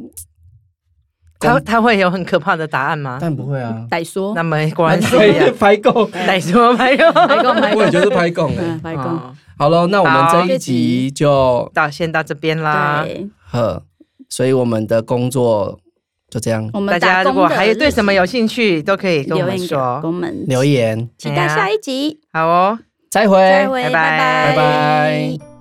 Speaker 2: 他他会有很可怕的答案吗？
Speaker 1: 但不会啊，
Speaker 3: 歹说
Speaker 2: 那，么果然是一
Speaker 1: 对 *laughs*
Speaker 2: 样。
Speaker 1: 拍够，
Speaker 2: 来说没 *laughs* 有？
Speaker 3: 白宫白
Speaker 1: 我也觉
Speaker 3: 宫，
Speaker 1: 得是拍够欸
Speaker 3: 嗯，白宫。
Speaker 2: 哦
Speaker 1: 好喽，那我们
Speaker 2: 好
Speaker 1: 这一集就
Speaker 2: 到先到这边啦。
Speaker 3: 对，
Speaker 1: 呵，所以我们的工作就这样
Speaker 3: 我们
Speaker 2: 大家
Speaker 3: 打
Speaker 2: 如
Speaker 3: 工
Speaker 2: 果
Speaker 3: 的
Speaker 2: 还有对
Speaker 3: 日子
Speaker 2: 什么有兴趣，都可以跟我
Speaker 3: 留
Speaker 2: 们
Speaker 3: 言给我
Speaker 2: 说。
Speaker 3: 们，
Speaker 1: 留言，
Speaker 3: 期待下一集，
Speaker 2: 好哦。
Speaker 1: 再会，
Speaker 3: 再会，
Speaker 2: 拜
Speaker 1: 拜
Speaker 2: 拜
Speaker 1: 拜